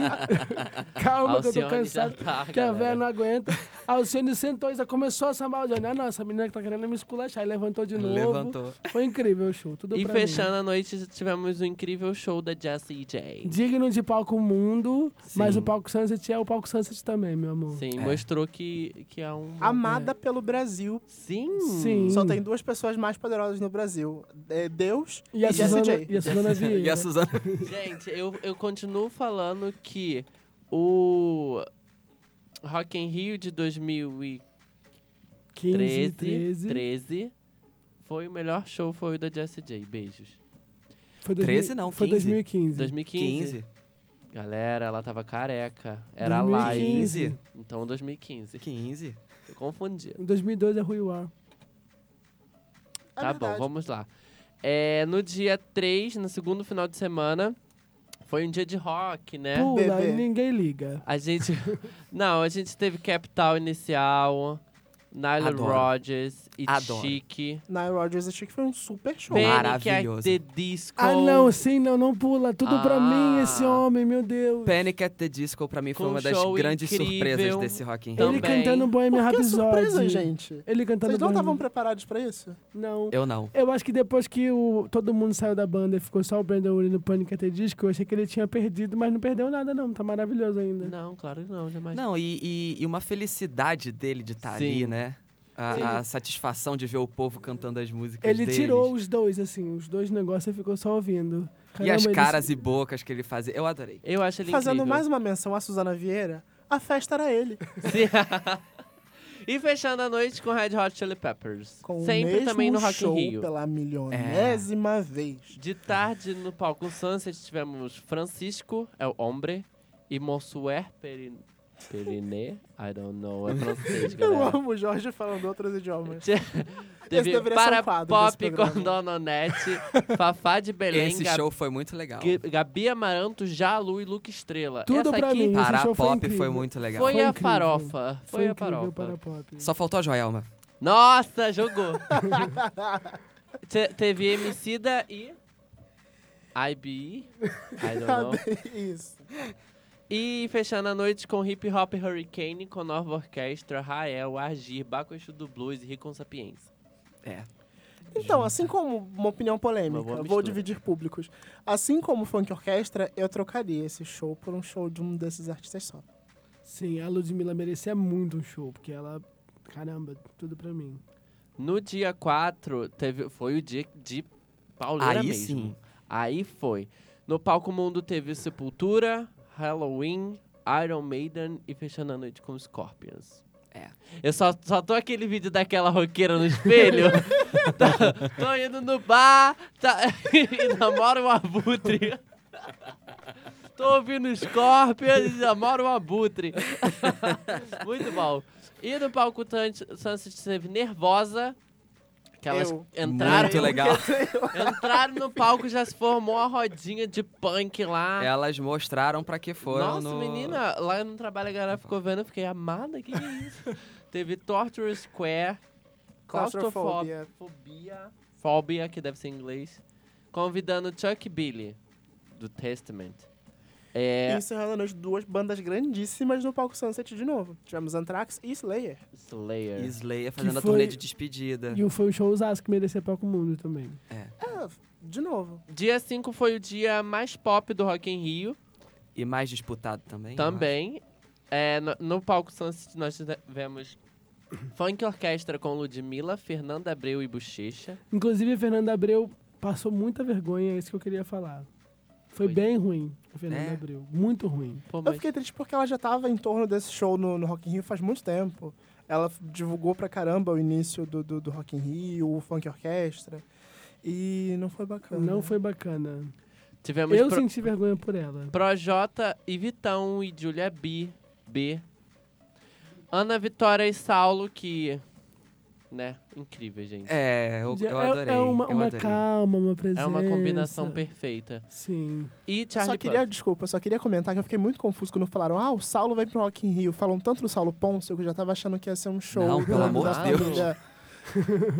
Speaker 1: Calma que eu tô
Speaker 3: Alcione já
Speaker 1: cansado.
Speaker 3: tá,
Speaker 1: Que a velha
Speaker 3: galera.
Speaker 1: não aguenta. A Alcione sentou, a Isa começou a sambar. Alcione, ah, nossa, a menina que tá querendo me esculachar. E levantou de novo.
Speaker 4: Levantou.
Speaker 1: Foi incrível o show. Tudo
Speaker 3: E
Speaker 1: pra
Speaker 3: fechando a noite, tivemos o incrível show da Jessie J.
Speaker 1: mim. Digno de palco mundo, mas
Speaker 4: Sim.
Speaker 1: o palco Sunset é o palco Sunset também, meu amor.
Speaker 3: Sim,
Speaker 4: É.
Speaker 3: mostrou que, que é um.
Speaker 2: Amada pelo Brasil.
Speaker 3: Sim.
Speaker 1: Sim.
Speaker 2: Só tem duas pessoas mais poderosas no Brasil. É Deus
Speaker 1: E a
Speaker 2: Jessie
Speaker 1: Suzana,
Speaker 2: J.
Speaker 1: e a Suzana Vieira.
Speaker 4: E a Suzana.
Speaker 3: Gente, eu, eu continuo falando que o Rock in Rio de 2013
Speaker 1: 15, 13.
Speaker 3: 13, foi o melhor show, foi o da Jessie J. Beijos.
Speaker 1: Foi 2000
Speaker 4: 13 não,
Speaker 1: Foi
Speaker 4: 15.
Speaker 1: 2015.
Speaker 3: 2015.
Speaker 4: 15.
Speaker 3: Galera, ela tava careca. Era
Speaker 1: 2015.
Speaker 3: live.
Speaker 4: 15.
Speaker 3: Então 2015.
Speaker 4: 15.
Speaker 3: Eu confundi.
Speaker 1: Em 2012 é Rui War.
Speaker 2: É
Speaker 3: tá bom,
Speaker 2: verdade.
Speaker 3: vamos lá. É, no dia 3, no segundo final de semana, foi um dia de rock, né?
Speaker 1: Pula
Speaker 2: Bebê.
Speaker 1: e ninguém liga.
Speaker 3: A gente. Não, a gente teve Capital Inicial, Nylon
Speaker 4: Adoro.
Speaker 3: Rodgers e
Speaker 4: Adoro.
Speaker 3: Chique.
Speaker 2: Nile Rodgers achei que foi um super show.
Speaker 4: Bem-
Speaker 3: Panic at
Speaker 4: Maravilhoso.
Speaker 3: the Disco.
Speaker 1: Ah, não, sim, não, não pula. Tudo pra
Speaker 3: Ah.
Speaker 1: mim, esse homem, meu Deus.
Speaker 4: Panic at the Disco pra mim foi
Speaker 3: Com
Speaker 4: uma das
Speaker 3: show
Speaker 4: grandes
Speaker 3: incrível.
Speaker 4: surpresas desse Rock in Rio.
Speaker 1: Ele
Speaker 3: também.
Speaker 1: cantando Bohemian
Speaker 2: Por que
Speaker 1: Rhapsody. Tá
Speaker 2: surpresa, gente?
Speaker 1: Ele cantando
Speaker 2: Vocês não
Speaker 1: Bohemian-
Speaker 2: estavam preparados pra isso?
Speaker 1: Não.
Speaker 4: Eu não.
Speaker 1: Eu acho que depois que o, todo mundo saiu da banda e ficou só o Brandon Urie no Panic! At the Disco, eu achei que ele tinha perdido, mas não perdeu nada não, tá maravilhoso ainda.
Speaker 2: é.
Speaker 3: Não, claro que não, jamais.
Speaker 4: Não, e, e- e uma felicidade dele de estar
Speaker 3: Sim.
Speaker 4: ali, né? A, a satisfação de ver o povo cantando as músicas
Speaker 1: Ele
Speaker 4: deles.
Speaker 1: tirou os dois, assim, os dois negócios e ficou só ouvindo.
Speaker 4: E as
Speaker 1: ele-
Speaker 4: caras e bocas que ele fazia. Eu adorei.
Speaker 3: Eu acho ele
Speaker 2: Fazendo
Speaker 3: incrível.
Speaker 2: mais uma menção à Suzana Vieira, a festa era ele. um.
Speaker 3: Sim. e fechando a noite com Red Hot Chili Peppers.
Speaker 2: Com o
Speaker 3: Sempre
Speaker 2: mesmo
Speaker 3: também no Rock
Speaker 2: show
Speaker 3: in Rio. É.
Speaker 2: pela milionésima vez.
Speaker 3: De tarde, no palco Sunset, tivemos Francisco, é o Hombre, e Monsuer Perin... Periné. I don't know, é francês,
Speaker 2: Eu
Speaker 3: galera.
Speaker 2: amo o Jorge falando outros idiomas. Esse
Speaker 3: Teve
Speaker 2: deveria ser um
Speaker 3: para
Speaker 2: quadro
Speaker 3: Pop
Speaker 2: desse
Speaker 3: com
Speaker 2: programa.
Speaker 3: Dononete, Fafá de
Speaker 1: é
Speaker 3: Belém,
Speaker 4: Esse
Speaker 3: Gab-
Speaker 4: show é foi muito legal.
Speaker 3: G- Gabi Amaranto, Jalu e Luke Estrela.
Speaker 1: Tudo
Speaker 3: Essa
Speaker 1: pra
Speaker 3: aqui
Speaker 1: mim. Esse
Speaker 4: Pará
Speaker 1: show foi
Speaker 4: Pop foi,
Speaker 1: incrível.
Speaker 4: muito legal.
Speaker 3: foi,
Speaker 1: Foi
Speaker 3: a
Speaker 1: incrível.
Speaker 3: farofa. Foi,
Speaker 1: Foi
Speaker 3: a
Speaker 1: incrível
Speaker 3: farofa.
Speaker 1: para a pop.
Speaker 4: Só faltou a Joelma.
Speaker 3: Nossa, jogou. Te- teve Emicida e... IBE? I don't know.
Speaker 2: Isso.
Speaker 3: E fechando a noite com Hip Hop Hurricane, com Nova Orquestra, Rael, Argir, Baco Exu do Blues e Ricon Sapiens.
Speaker 4: É.
Speaker 2: Então, assim como uma opinião polêmica,
Speaker 3: Uma boa mistura.
Speaker 2: vou dividir públicos. Assim como funk orquestra, eu trocaria esse show por um show de um desses artistas só.
Speaker 1: Sim, a Ludmilla merecia muito um show, porque ela. Caramba, tudo pra mim.
Speaker 3: No dia 4, teve, foi o dia de pauleira
Speaker 4: Aí
Speaker 3: mesmo.
Speaker 4: sim.
Speaker 3: Aí foi. No palco mundo teve Sepultura, Halloween, Iron Maiden e fechando a noite com Scorpions.
Speaker 4: É.
Speaker 3: Eu só, só tô aquele vídeo daquela roqueira no espelho. Tá- tô indo no bar tá, e namoro um abutre. Tô ouvindo Scorpions e namoro um abutre. Muito bom. E no palco Tan- Sunset teve Nervosa, que elas
Speaker 2: Eu.
Speaker 3: entraram
Speaker 4: Muito legal.
Speaker 3: Entraram no palco, já se formou a rodinha de punk lá.
Speaker 4: Elas mostraram pra que foram
Speaker 3: Ah. Nossa,
Speaker 4: É, no...
Speaker 3: menina, lá no trabalho a galera ficou vendo, eu fiquei amada, que que é isso? Teve Torture Square,
Speaker 2: Claustrofobia.
Speaker 3: Claustrofobia, Fobia, que deve ser em inglês, convidando Chuck Billy, do Testament.
Speaker 2: E
Speaker 3: É,
Speaker 2: encerrando a noite, duas bandas grandíssimas no palco Sunset de novo. Tivemos Anthrax e Slayer.
Speaker 4: E
Speaker 3: Slayer.
Speaker 4: Slayer fazendo
Speaker 1: foi-
Speaker 4: a turnê de despedida.
Speaker 1: E foi um show que merecia palco mundo também.
Speaker 2: É, de novo.
Speaker 3: Dia 5 foi o dia mais pop do Rock in Rio,
Speaker 4: E mais disputado também. eu
Speaker 3: Também. É, no, no palco Sunset nós tivemos funk orquestra com Ludmilla, Fernanda Abreu e Bochecha.
Speaker 1: Inclusive, a Fernanda Abreu passou muita vergonha, é isso que eu queria falar. Foi,
Speaker 3: Foi.
Speaker 1: bem ruim, a Fernanda
Speaker 4: É.
Speaker 1: Abreu. Muito ruim.
Speaker 3: Pô,
Speaker 2: Eu
Speaker 3: mas
Speaker 2: fiquei triste porque ela já tava em torno desse show no, no Rock in Rio faz muito tempo. Ela divulgou pra caramba o início do, do, do Rock in Rio, o funk orquestra. E não foi bacana.
Speaker 1: Não foi bacana.
Speaker 3: tivemos
Speaker 1: eu
Speaker 3: Pro,
Speaker 1: senti vergonha por ela.
Speaker 3: Projota e Vitão e Julia B. B. Ana Vitória e Saulo, que né? Incrível, gente.
Speaker 4: É, eu, eu
Speaker 1: É-
Speaker 4: adorei.
Speaker 1: É uma,
Speaker 4: eu
Speaker 1: uma
Speaker 4: adorei.
Speaker 1: calma, uma
Speaker 3: É,
Speaker 1: presença.
Speaker 3: uma combinação perfeita.
Speaker 1: Sim.
Speaker 3: E Charlie
Speaker 2: Só queria, desculpa, só queria comentar que eu fiquei muito confuso quando falaram, ah, o Saulo vai pro Rock in Rio. Falam tanto do Saulo Ponce que eu já tava achando que ia ser um show
Speaker 4: Não,
Speaker 2: da,
Speaker 4: pelo
Speaker 2: da
Speaker 4: amor de Deus.
Speaker 2: família,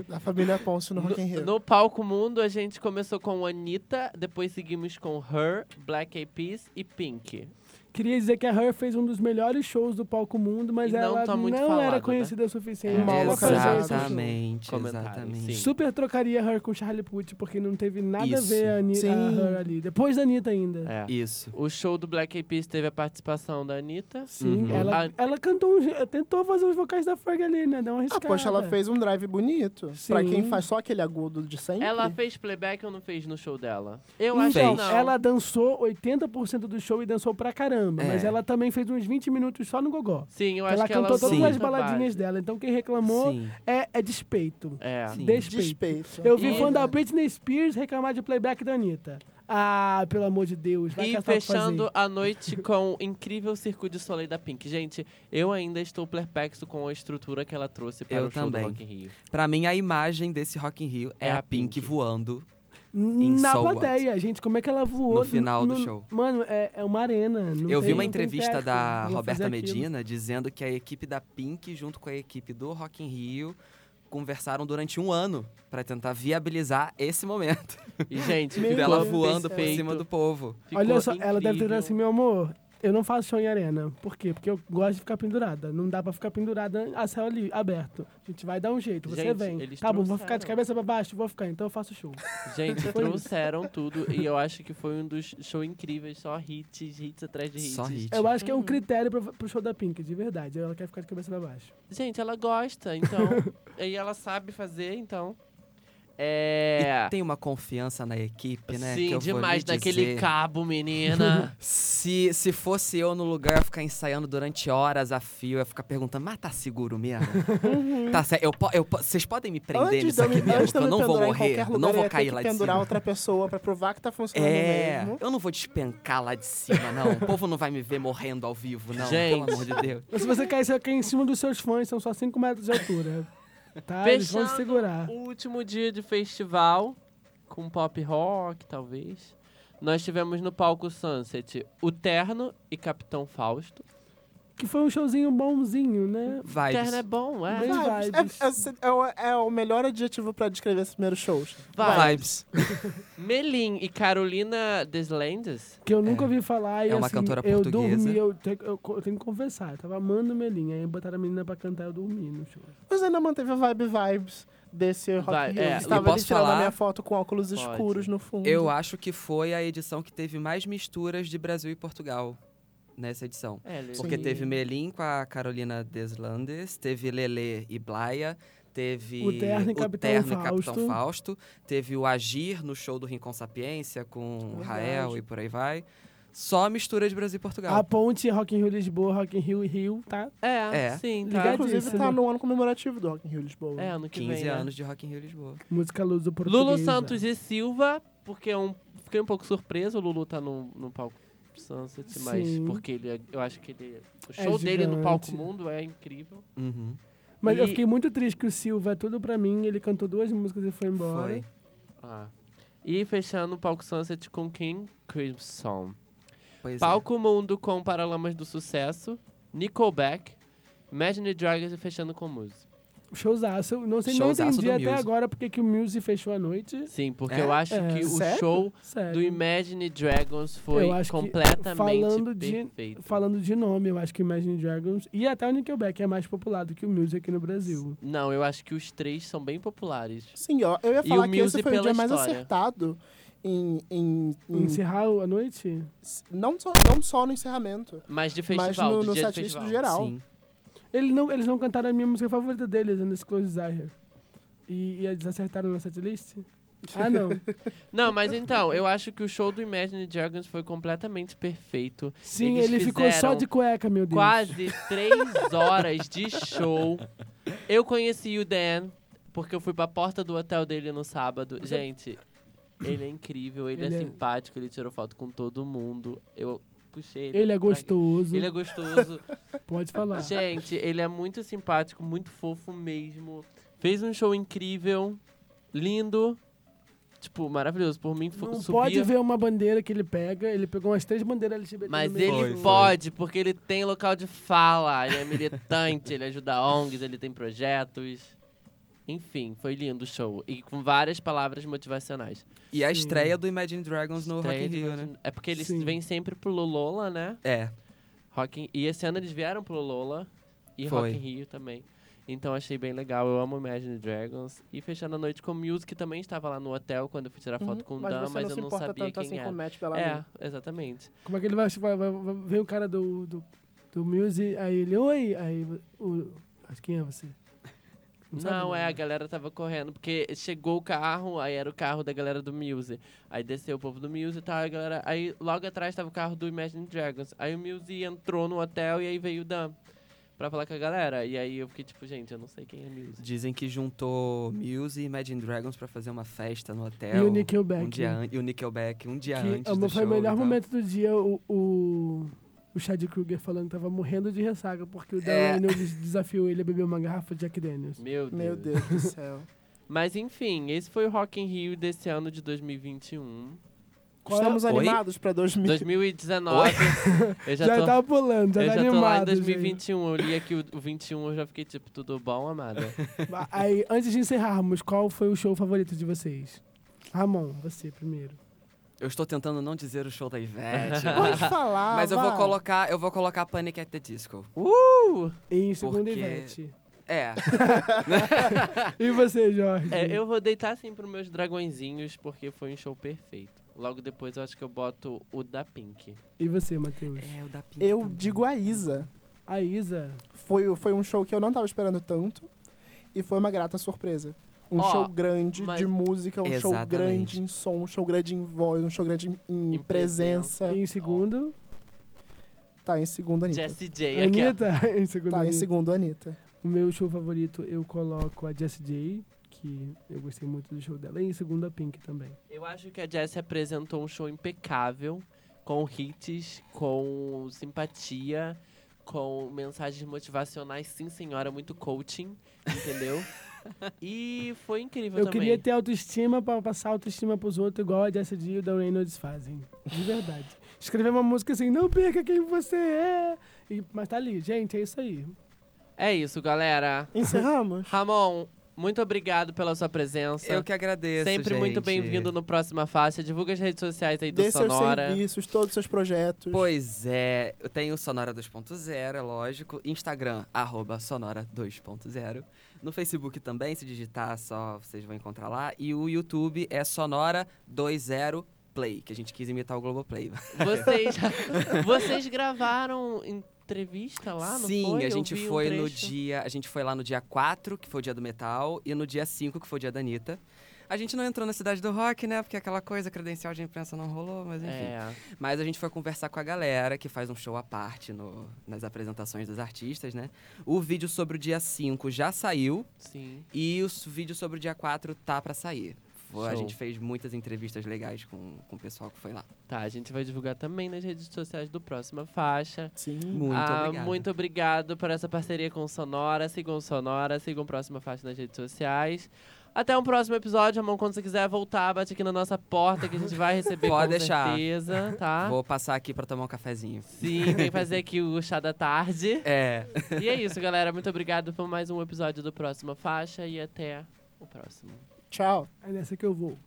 Speaker 2: da família Ponce no Rock in Rio.
Speaker 3: No, no palco mundo, a gente começou com Anitta, depois seguimos com Her, Black Eyed Peas e Pink.
Speaker 1: Queria dizer que a Her fez um dos melhores shows do palco mundo, mas
Speaker 3: E não
Speaker 1: ela
Speaker 3: tá
Speaker 1: não
Speaker 3: muito falado,
Speaker 1: era
Speaker 3: né?
Speaker 1: conhecida o suficiente
Speaker 3: É,
Speaker 1: pra
Speaker 2: Mal
Speaker 1: fazer
Speaker 2: localizado.
Speaker 1: esse show.
Speaker 4: Exatamente,
Speaker 3: Comentário,
Speaker 4: exatamente.
Speaker 3: sim.
Speaker 1: Super trocaria Her com Charlie Puth, porque não teve nada
Speaker 4: Isso.
Speaker 1: a ver a, Ani- a
Speaker 2: Sim.
Speaker 1: Her ali. Depois da Anitta ainda.
Speaker 3: É.
Speaker 4: Isso.
Speaker 3: O show do Black Eyed Peas teve a participação da Anitta.
Speaker 1: Sim,
Speaker 4: Uhum.
Speaker 1: ela,
Speaker 3: A-
Speaker 1: ela cantou, um- tentou fazer os vocais da Ferg ali, né? Dá uma
Speaker 2: Ah,
Speaker 1: arriscada.
Speaker 2: poxa, ela fez um drive bonito.
Speaker 1: Sim.
Speaker 2: Pra quem faz só aquele agudo de sempre.
Speaker 3: Ela fez playback ou não fez no show dela? Eu acho
Speaker 1: Então,
Speaker 3: que não.
Speaker 1: ela dançou 80% do show e dançou pra caramba.
Speaker 4: É.
Speaker 1: Mas ela também fez uns 20 minutos só no gogó.
Speaker 3: Sim, eu acho
Speaker 1: Ela
Speaker 3: que
Speaker 1: cantou
Speaker 3: ela
Speaker 1: todas
Speaker 4: Sim.
Speaker 1: as baladinhas dela. Então quem reclamou
Speaker 4: Sim.
Speaker 1: é, é despeito.
Speaker 3: É.
Speaker 4: Sim.
Speaker 1: Despeito.
Speaker 2: Despeito.
Speaker 1: Eu vi
Speaker 3: E-
Speaker 1: fã da Britney Spears reclamar de playback da Anitta. Ah, pelo amor de Deus. Vai
Speaker 3: E
Speaker 1: caçar o que
Speaker 3: fechando a noite com o incrível Circuito de Soleil da Pink. Gente, eu ainda estou perplexo com a estrutura que ela trouxe para
Speaker 4: Eu
Speaker 3: o show
Speaker 4: também.
Speaker 3: do Rock in Rio.
Speaker 4: Pra mim, a imagem desse Rock in Rio é,
Speaker 3: É
Speaker 4: a
Speaker 3: a
Speaker 4: Pink,
Speaker 3: Pink.
Speaker 4: voando.
Speaker 1: fazer.
Speaker 4: em
Speaker 1: Na
Speaker 4: So What?
Speaker 1: plateia, gente. Como é que ela voou?
Speaker 4: No final do show.
Speaker 1: Mano, é, é uma arena. não
Speaker 4: eu vi
Speaker 1: tem-
Speaker 4: uma
Speaker 1: não tem
Speaker 4: entrevista
Speaker 1: teste,
Speaker 4: da
Speaker 1: ela fazer
Speaker 4: Roberta
Speaker 1: aquilo.
Speaker 4: Medina dizendo que a equipe da Pink, junto com a equipe do Rock in Rio, conversaram durante um ano pra tentar viabilizar esse momento
Speaker 3: E, gente,
Speaker 2: Meu
Speaker 3: ficou
Speaker 4: dela
Speaker 2: Deus.
Speaker 4: voando por
Speaker 3: perfeito,
Speaker 4: cima do povo.
Speaker 3: ficou
Speaker 1: Olha só, ela deve ter
Speaker 3: incrível.
Speaker 1: dito assim, meu amor, eu não faço show em arena. Por quê? Porque eu gosto de ficar pendurada. Não dá pra ficar pendurada a céu ali, aberto. A gente vai dar um jeito, você
Speaker 3: Gente,
Speaker 1: vem.
Speaker 3: eles
Speaker 1: Tá bom, vou ficar de
Speaker 3: trouxeram.
Speaker 1: cabeça pra baixo, vou ficar, então eu faço show.
Speaker 3: Gente,
Speaker 1: Foi isso.
Speaker 3: trouxeram tudo e eu acho que foi um dos shows incríveis. Só hits, hits atrás de hits.
Speaker 4: Só hit.
Speaker 1: Eu acho que é
Speaker 3: Uhum.
Speaker 1: um critério pro, pro show da Pink, de verdade. Ela quer ficar de cabeça pra baixo.
Speaker 3: Gente, ela gosta, então. e ela sabe fazer, então. É.
Speaker 4: E Ah, tem uma confiança na equipe, né? que
Speaker 3: Sim,
Speaker 4: eu vou lhe
Speaker 3: demais naquele
Speaker 4: dizer.
Speaker 3: cabo, menina.
Speaker 4: Se, se fosse eu no lugar, eu ia ficar ensaiando durante horas a fio, eu ia ficar perguntando, mas tá seguro mesmo? tá certo, eu, po- eu, po- vocês podem me prender
Speaker 2: Uhum. Antes de
Speaker 4: nisso
Speaker 2: eu
Speaker 4: aqui
Speaker 2: me,
Speaker 4: mesmo,
Speaker 2: antes de
Speaker 4: que
Speaker 2: eu me
Speaker 4: eu não vou
Speaker 2: pendurar em
Speaker 4: morrer,
Speaker 2: qualquer
Speaker 4: eu
Speaker 2: lugar,
Speaker 4: não
Speaker 2: eu
Speaker 4: vou
Speaker 2: ia ter
Speaker 4: cair
Speaker 2: que
Speaker 4: lá de
Speaker 2: pendurar
Speaker 4: cima.
Speaker 2: outra pessoa pra provar que tá funcionando
Speaker 4: É,
Speaker 2: mesmo.
Speaker 4: eu não vou despencar lá de cima, não. O povo não vai me ver morrendo ao vivo, não, pelo
Speaker 3: Gente.
Speaker 4: amor de Deus.
Speaker 1: Mas se você cair, você cai em cima dos seus fãs, são só 5 metros de altura. Tá?
Speaker 4: Ah,
Speaker 1: Eles vão te
Speaker 3: Fechando
Speaker 1: segurar.
Speaker 3: o último dia de festival, com pop rock, talvez. Nós tivemos no palco Sunset o Terno e Capitão Fausto.
Speaker 1: Que foi um showzinho bonzinho, né?
Speaker 3: O Terno é
Speaker 4: Vibes.
Speaker 3: bom, é.
Speaker 1: Bem-
Speaker 2: Vibes.
Speaker 1: vibes.
Speaker 2: É, é- é o- é o melhor adjetivo pra descrever esses primeiros shows.
Speaker 3: Vai.
Speaker 4: Vibes.
Speaker 3: Melim e Carolina Deslandes.
Speaker 1: Que eu nunca
Speaker 4: É.
Speaker 1: ouvi falar. E,
Speaker 4: É uma
Speaker 1: assim,
Speaker 4: cantora
Speaker 1: eu
Speaker 4: portuguesa.
Speaker 1: Dormi, eu, te- eu co- eu tenho que confessar, eu tava amando Melinha. Aí botaram a menina pra cantar, eu dormi no show.
Speaker 2: Mas ainda manteve a vibe vibes desse Rock
Speaker 3: Vai-
Speaker 2: in Rio.
Speaker 3: é,
Speaker 4: e
Speaker 2: Estava
Speaker 4: posso
Speaker 2: ali tirando
Speaker 4: falar?
Speaker 2: a minha foto com óculos
Speaker 3: Pode.
Speaker 2: escuros no fundo.
Speaker 4: Eu acho que foi a edição que teve mais misturas de Brasil e Portugal nessa edição.
Speaker 3: É, ele-
Speaker 4: Porque
Speaker 2: Sim.
Speaker 4: teve Melim com a Carolina Deslandes, teve Lele e Blaia, teve
Speaker 1: O Terno e Capitão
Speaker 4: Terno e Capitão
Speaker 1: Fausto.
Speaker 4: Fausto, teve o Agir no show do Rincon Sapiência com
Speaker 1: Verdade.
Speaker 4: Rael e por aí vai. Só mistura de Brasil e
Speaker 1: A
Speaker 4: Portugal.
Speaker 1: ponte Rock in Rio Lisboa, Rock in Rio e Rio, tá?
Speaker 3: É,
Speaker 4: É.
Speaker 3: sim, tá.
Speaker 1: Ligado.
Speaker 2: Inclusive,
Speaker 1: Obrigadíssimo.
Speaker 2: tá no ano comemorativo do Rock in Rio Lisboa.
Speaker 3: É, ano que
Speaker 4: 15
Speaker 3: vem, né?
Speaker 4: anos de Rock in Rio Lisboa.
Speaker 1: Música luz do português.
Speaker 3: Lulu Santos e Silva, porque um, fiquei um pouco surpreso, o Lulu tá no, no palco Sunset, mas
Speaker 1: Sim.
Speaker 3: porque ele, é- eu acho que ele, o
Speaker 1: É
Speaker 3: show dele no palco
Speaker 1: gigante.
Speaker 3: mundo é incrível.
Speaker 4: Uhum.
Speaker 1: Mas eu
Speaker 3: E-
Speaker 1: fiquei muito triste que o Silva é tudo pra mim. Ele cantou duas músicas e foi embora.
Speaker 4: Foi.
Speaker 3: Ah. E fechando o palco Sunset com King Crimson.
Speaker 4: Pois é.
Speaker 3: Palco Mundo com Paralamas do Sucesso, Nickelback, Imagine Dragons e fechando com Muse.
Speaker 1: Showzaço. Eu Não sei, não
Speaker 4: Showzaço
Speaker 1: entendi
Speaker 4: do
Speaker 1: até
Speaker 4: Muse.
Speaker 1: agora porque que o Muse fechou a noite.
Speaker 3: Sim, porque
Speaker 4: É?
Speaker 3: eu acho
Speaker 1: É.
Speaker 3: que o
Speaker 2: Sério?
Speaker 3: show do
Speaker 1: Sério.
Speaker 3: Imagine Dragons foi
Speaker 1: Eu acho que,
Speaker 3: completamente
Speaker 1: falando de-
Speaker 3: perfeito.
Speaker 1: Falando de nome, eu acho que o Imagine Dragons e até o Nickelback é mais popular do que o Muse aqui no Brasil.
Speaker 3: Não, eu acho que os três são bem populares.
Speaker 2: Sim, ó, eu ia
Speaker 3: E
Speaker 2: falar
Speaker 3: o
Speaker 2: que esse
Speaker 3: Muse
Speaker 2: foi o
Speaker 3: pela
Speaker 2: dia mais
Speaker 3: história.
Speaker 2: acertado em, em, em-
Speaker 1: Encerrar a noite?
Speaker 2: não, só, não só no encerramento,
Speaker 3: Mas de
Speaker 2: mas
Speaker 3: festival,
Speaker 2: no,
Speaker 3: do
Speaker 2: no
Speaker 3: dia de
Speaker 2: setlist
Speaker 3: festival.
Speaker 2: do geral.
Speaker 4: Sim.
Speaker 1: Ele não, eles não cantaram a minha música favorita deles, Under Close Desire. E, e eles acertaram na setlist? Ah, não.
Speaker 3: Não, mas então, eu acho que o show do Imagine Dragons foi completamente perfeito.
Speaker 1: Sim,
Speaker 3: Eles
Speaker 1: ele ficou só
Speaker 3: fizeram
Speaker 1: de cueca, meu Deus.
Speaker 3: Quase três horas de show. Eu conheci o Dan, porque eu fui pra porta do hotel dele no sábado. Gente, ele é incrível, ele,
Speaker 1: Ele
Speaker 3: é
Speaker 1: é-
Speaker 3: simpático, ele tirou foto com todo mundo. Eu puxei ele.
Speaker 1: Ele é
Speaker 3: pra-
Speaker 1: gostoso,
Speaker 3: Ele é gostoso.
Speaker 1: pode falar.
Speaker 3: Gente, ele é muito simpático, muito fofo mesmo. Fez um show incrível, lindo. Tipo, maravilhoso. Por mim, fu-
Speaker 1: Não
Speaker 3: subia.
Speaker 1: pode ver uma bandeira que ele pega. Ele pegou umas três bandeiras LGBT.
Speaker 3: Mas
Speaker 1: no meio.
Speaker 3: ele
Speaker 5: Foi,
Speaker 3: pode, porque ele tem local de fala, ele é militante, ele ajuda ONGs, ele tem projetos. Enfim, foi lindo o show. E com várias palavras motivacionais.
Speaker 4: E a
Speaker 1: Sim.
Speaker 4: estreia do Imagine Dragons no Rock in
Speaker 3: Três,
Speaker 4: Rio,
Speaker 3: mas-
Speaker 4: né?
Speaker 3: É porque eles
Speaker 1: Sim.
Speaker 3: vêm sempre pro Lola, né?
Speaker 4: É.
Speaker 3: Rock in- E esse ano eles vieram pro Lola e
Speaker 4: Foi.
Speaker 3: Rock in Rio também. Então achei bem legal, eu amo Imagine Dragons. E fechando a noite com Music, que também estava lá no hotel quando eu fui tirar foto com o
Speaker 2: Uhum. Mas
Speaker 3: Dan,
Speaker 2: você
Speaker 3: mas
Speaker 2: não
Speaker 3: eu
Speaker 2: se
Speaker 3: não
Speaker 2: importa
Speaker 3: sabia
Speaker 2: tanto
Speaker 3: quem
Speaker 2: assim com o
Speaker 3: era.
Speaker 2: Matt Bellamy.
Speaker 3: É, exatamente.
Speaker 1: Como é que ele vai, vai, vai, vai ver o cara do, do, do Muse? Aí ele, oi! Aí o. Acho quem é você? sabe,
Speaker 3: Não, é,
Speaker 1: né?
Speaker 3: a galera tava correndo, porque chegou o carro, aí era o carro da galera do Muse. Aí desceu o povo do Muse e tal, a galera. Aí logo atrás tava o carro do Imagine Dragons. Aí o Muse entrou no hotel e aí veio o Dan pra falar com a galera. E aí eu fiquei tipo, gente, eu não sei quem é Muse.
Speaker 4: Dizem que juntou Muse e Imagine Dragons pra fazer uma festa no hotel.
Speaker 1: E o Nickelback.
Speaker 4: Um dia an- E o Nickelback, um dia
Speaker 1: Que é
Speaker 4: antes
Speaker 1: o meu- foi o
Speaker 4: do show então. e
Speaker 1: melhor
Speaker 4: tal.
Speaker 1: momento do dia, o, o, o Chad Kruger falando que tava morrendo de ressaca, porque o Dan
Speaker 4: É.
Speaker 1: Reynolds desafiou ele a beber uma garrafa de Jack Daniels.
Speaker 3: Meu Deus.
Speaker 2: Meu Deus do céu.
Speaker 3: Mas enfim, esse foi o Rock in Rio desse ano de 2021.
Speaker 1: Qual é-
Speaker 2: Estamos
Speaker 4: Oi?
Speaker 2: animados pra 2000.
Speaker 3: 2019. eu já,
Speaker 1: Já,
Speaker 3: tô,
Speaker 1: tava pulando, já
Speaker 3: eu
Speaker 1: tá
Speaker 3: já
Speaker 1: animado.
Speaker 3: tô lá em
Speaker 1: gente.
Speaker 3: 2021. Eu li aqui o, o 21, eu já fiquei tipo, tudo bom, amada?
Speaker 1: Aí, antes de encerrarmos, qual foi o show favorito de vocês? Ramon, você primeiro.
Speaker 4: Eu estou tentando não dizer o show da Ivete.
Speaker 2: Pode falar.
Speaker 4: mas eu
Speaker 2: vai.
Speaker 4: vou colocar, eu vou colocar Panic at the Disco.
Speaker 3: Uh!
Speaker 1: Em segundo,
Speaker 4: Porque-
Speaker 1: Ivete.
Speaker 4: É.
Speaker 1: E você, Jorge?
Speaker 3: É, eu vou deitar assim pros meus dragõezinhos, porque foi um show perfeito. Logo depois eu acho que eu boto o da Pink.
Speaker 1: E você, Matheus?
Speaker 4: é o da Pink
Speaker 2: Eu
Speaker 4: também.
Speaker 2: digo a Isa.
Speaker 1: A Isa.
Speaker 2: Foi, foi um show que eu não tava esperando tanto. E foi uma grata surpresa. Um
Speaker 3: Ó,
Speaker 2: show grande
Speaker 3: mas-
Speaker 2: de música, um show
Speaker 4: Exatamente.
Speaker 2: grande em som, um show grande em voz, um show grande em, em
Speaker 3: Em
Speaker 2: presença.
Speaker 1: E em segundo,
Speaker 2: Tá em segundo, Anitta.
Speaker 3: Jessie J aqui. ó.
Speaker 1: Anitta. em segundo,
Speaker 2: Tá em
Speaker 1: Anitta.
Speaker 2: segundo, Anitta.
Speaker 1: O meu show favorito, eu coloco a Jessie J, que eu gostei muito do show dela. E em segundo, a Pink também.
Speaker 3: Eu acho que a Jessie apresentou um show impecável, com hits, com simpatia, com mensagens motivacionais, sim senhora, muito coaching, entendeu? e foi incrível
Speaker 1: Eu,
Speaker 3: também.
Speaker 1: queria ter autoestima pra passar autoestima pros outros, igual a Jessie J e o Dan Reynolds fazem. De verdade. Escrever uma música assim, não perca quem você é. E- mas tá ali, gente, é isso aí.
Speaker 3: É isso, galera.
Speaker 2: Encerramos?
Speaker 3: Ramon, muito obrigado pela sua presença.
Speaker 4: Eu que agradeço,
Speaker 3: Sempre muito
Speaker 4: gente.
Speaker 3: bem-vindo no Próxima Faixa. Divulga as redes sociais aí do
Speaker 2: Dê seus
Speaker 3: Sonora.
Speaker 2: serviços, todos os seus projetos.
Speaker 4: Pois é, eu tenho o Sonora 2.0, é lógico. Instagram, arroba Sonora 2.0. No Facebook também, se digitar só, vocês vão encontrar lá. E o YouTube é Sonora 2.0 Play, que a gente quis imitar o Globoplay.
Speaker 3: Vocês, vocês gravaram entrevista lá, Ah, não
Speaker 4: Sim,
Speaker 3: foi?
Speaker 4: a
Speaker 3: Eu
Speaker 4: gente
Speaker 3: vi um
Speaker 4: foi no
Speaker 3: trecho.
Speaker 4: dia. A gente foi lá no dia 4, que foi o dia do metal, e no dia 5, que foi o dia da Anitta. A gente não entrou na cidade do rock, né? Porque aquela coisa, credencial de imprensa não rolou, mas enfim.
Speaker 3: É.
Speaker 4: Mas a gente foi conversar com a galera que faz um show à parte no- nas apresentações dos artistas, né? O vídeo sobre o dia 5 já saiu
Speaker 3: Sim.
Speaker 4: e o s- vídeo sobre o dia 4 tá pra sair. Foi- A
Speaker 3: Show.
Speaker 4: gente fez muitas entrevistas legais com, com o pessoal que foi lá.
Speaker 3: Tá, a gente vai divulgar também nas redes sociais do Próxima Faixa.
Speaker 2: Sim.
Speaker 4: Muito
Speaker 3: Ah,
Speaker 4: obrigado.
Speaker 3: Muito obrigado por essa parceria com o Sonora. Sigam o Sonora, sigam o Próxima Faixa nas redes sociais. Até um próximo episódio, Ramon. Quando você quiser voltar, bate aqui na nossa porta que a gente vai receber
Speaker 4: Pode
Speaker 3: com
Speaker 4: deixar.
Speaker 3: certeza, tá?
Speaker 4: Vou passar aqui pra tomar um cafezinho.
Speaker 3: Sim, vem fazer aqui o chá da tarde.
Speaker 4: É.
Speaker 3: E é isso, galera. Muito obrigado por mais um episódio do Próxima Faixa e até o próximo.
Speaker 2: Tchau.
Speaker 1: É nessa que eu vou.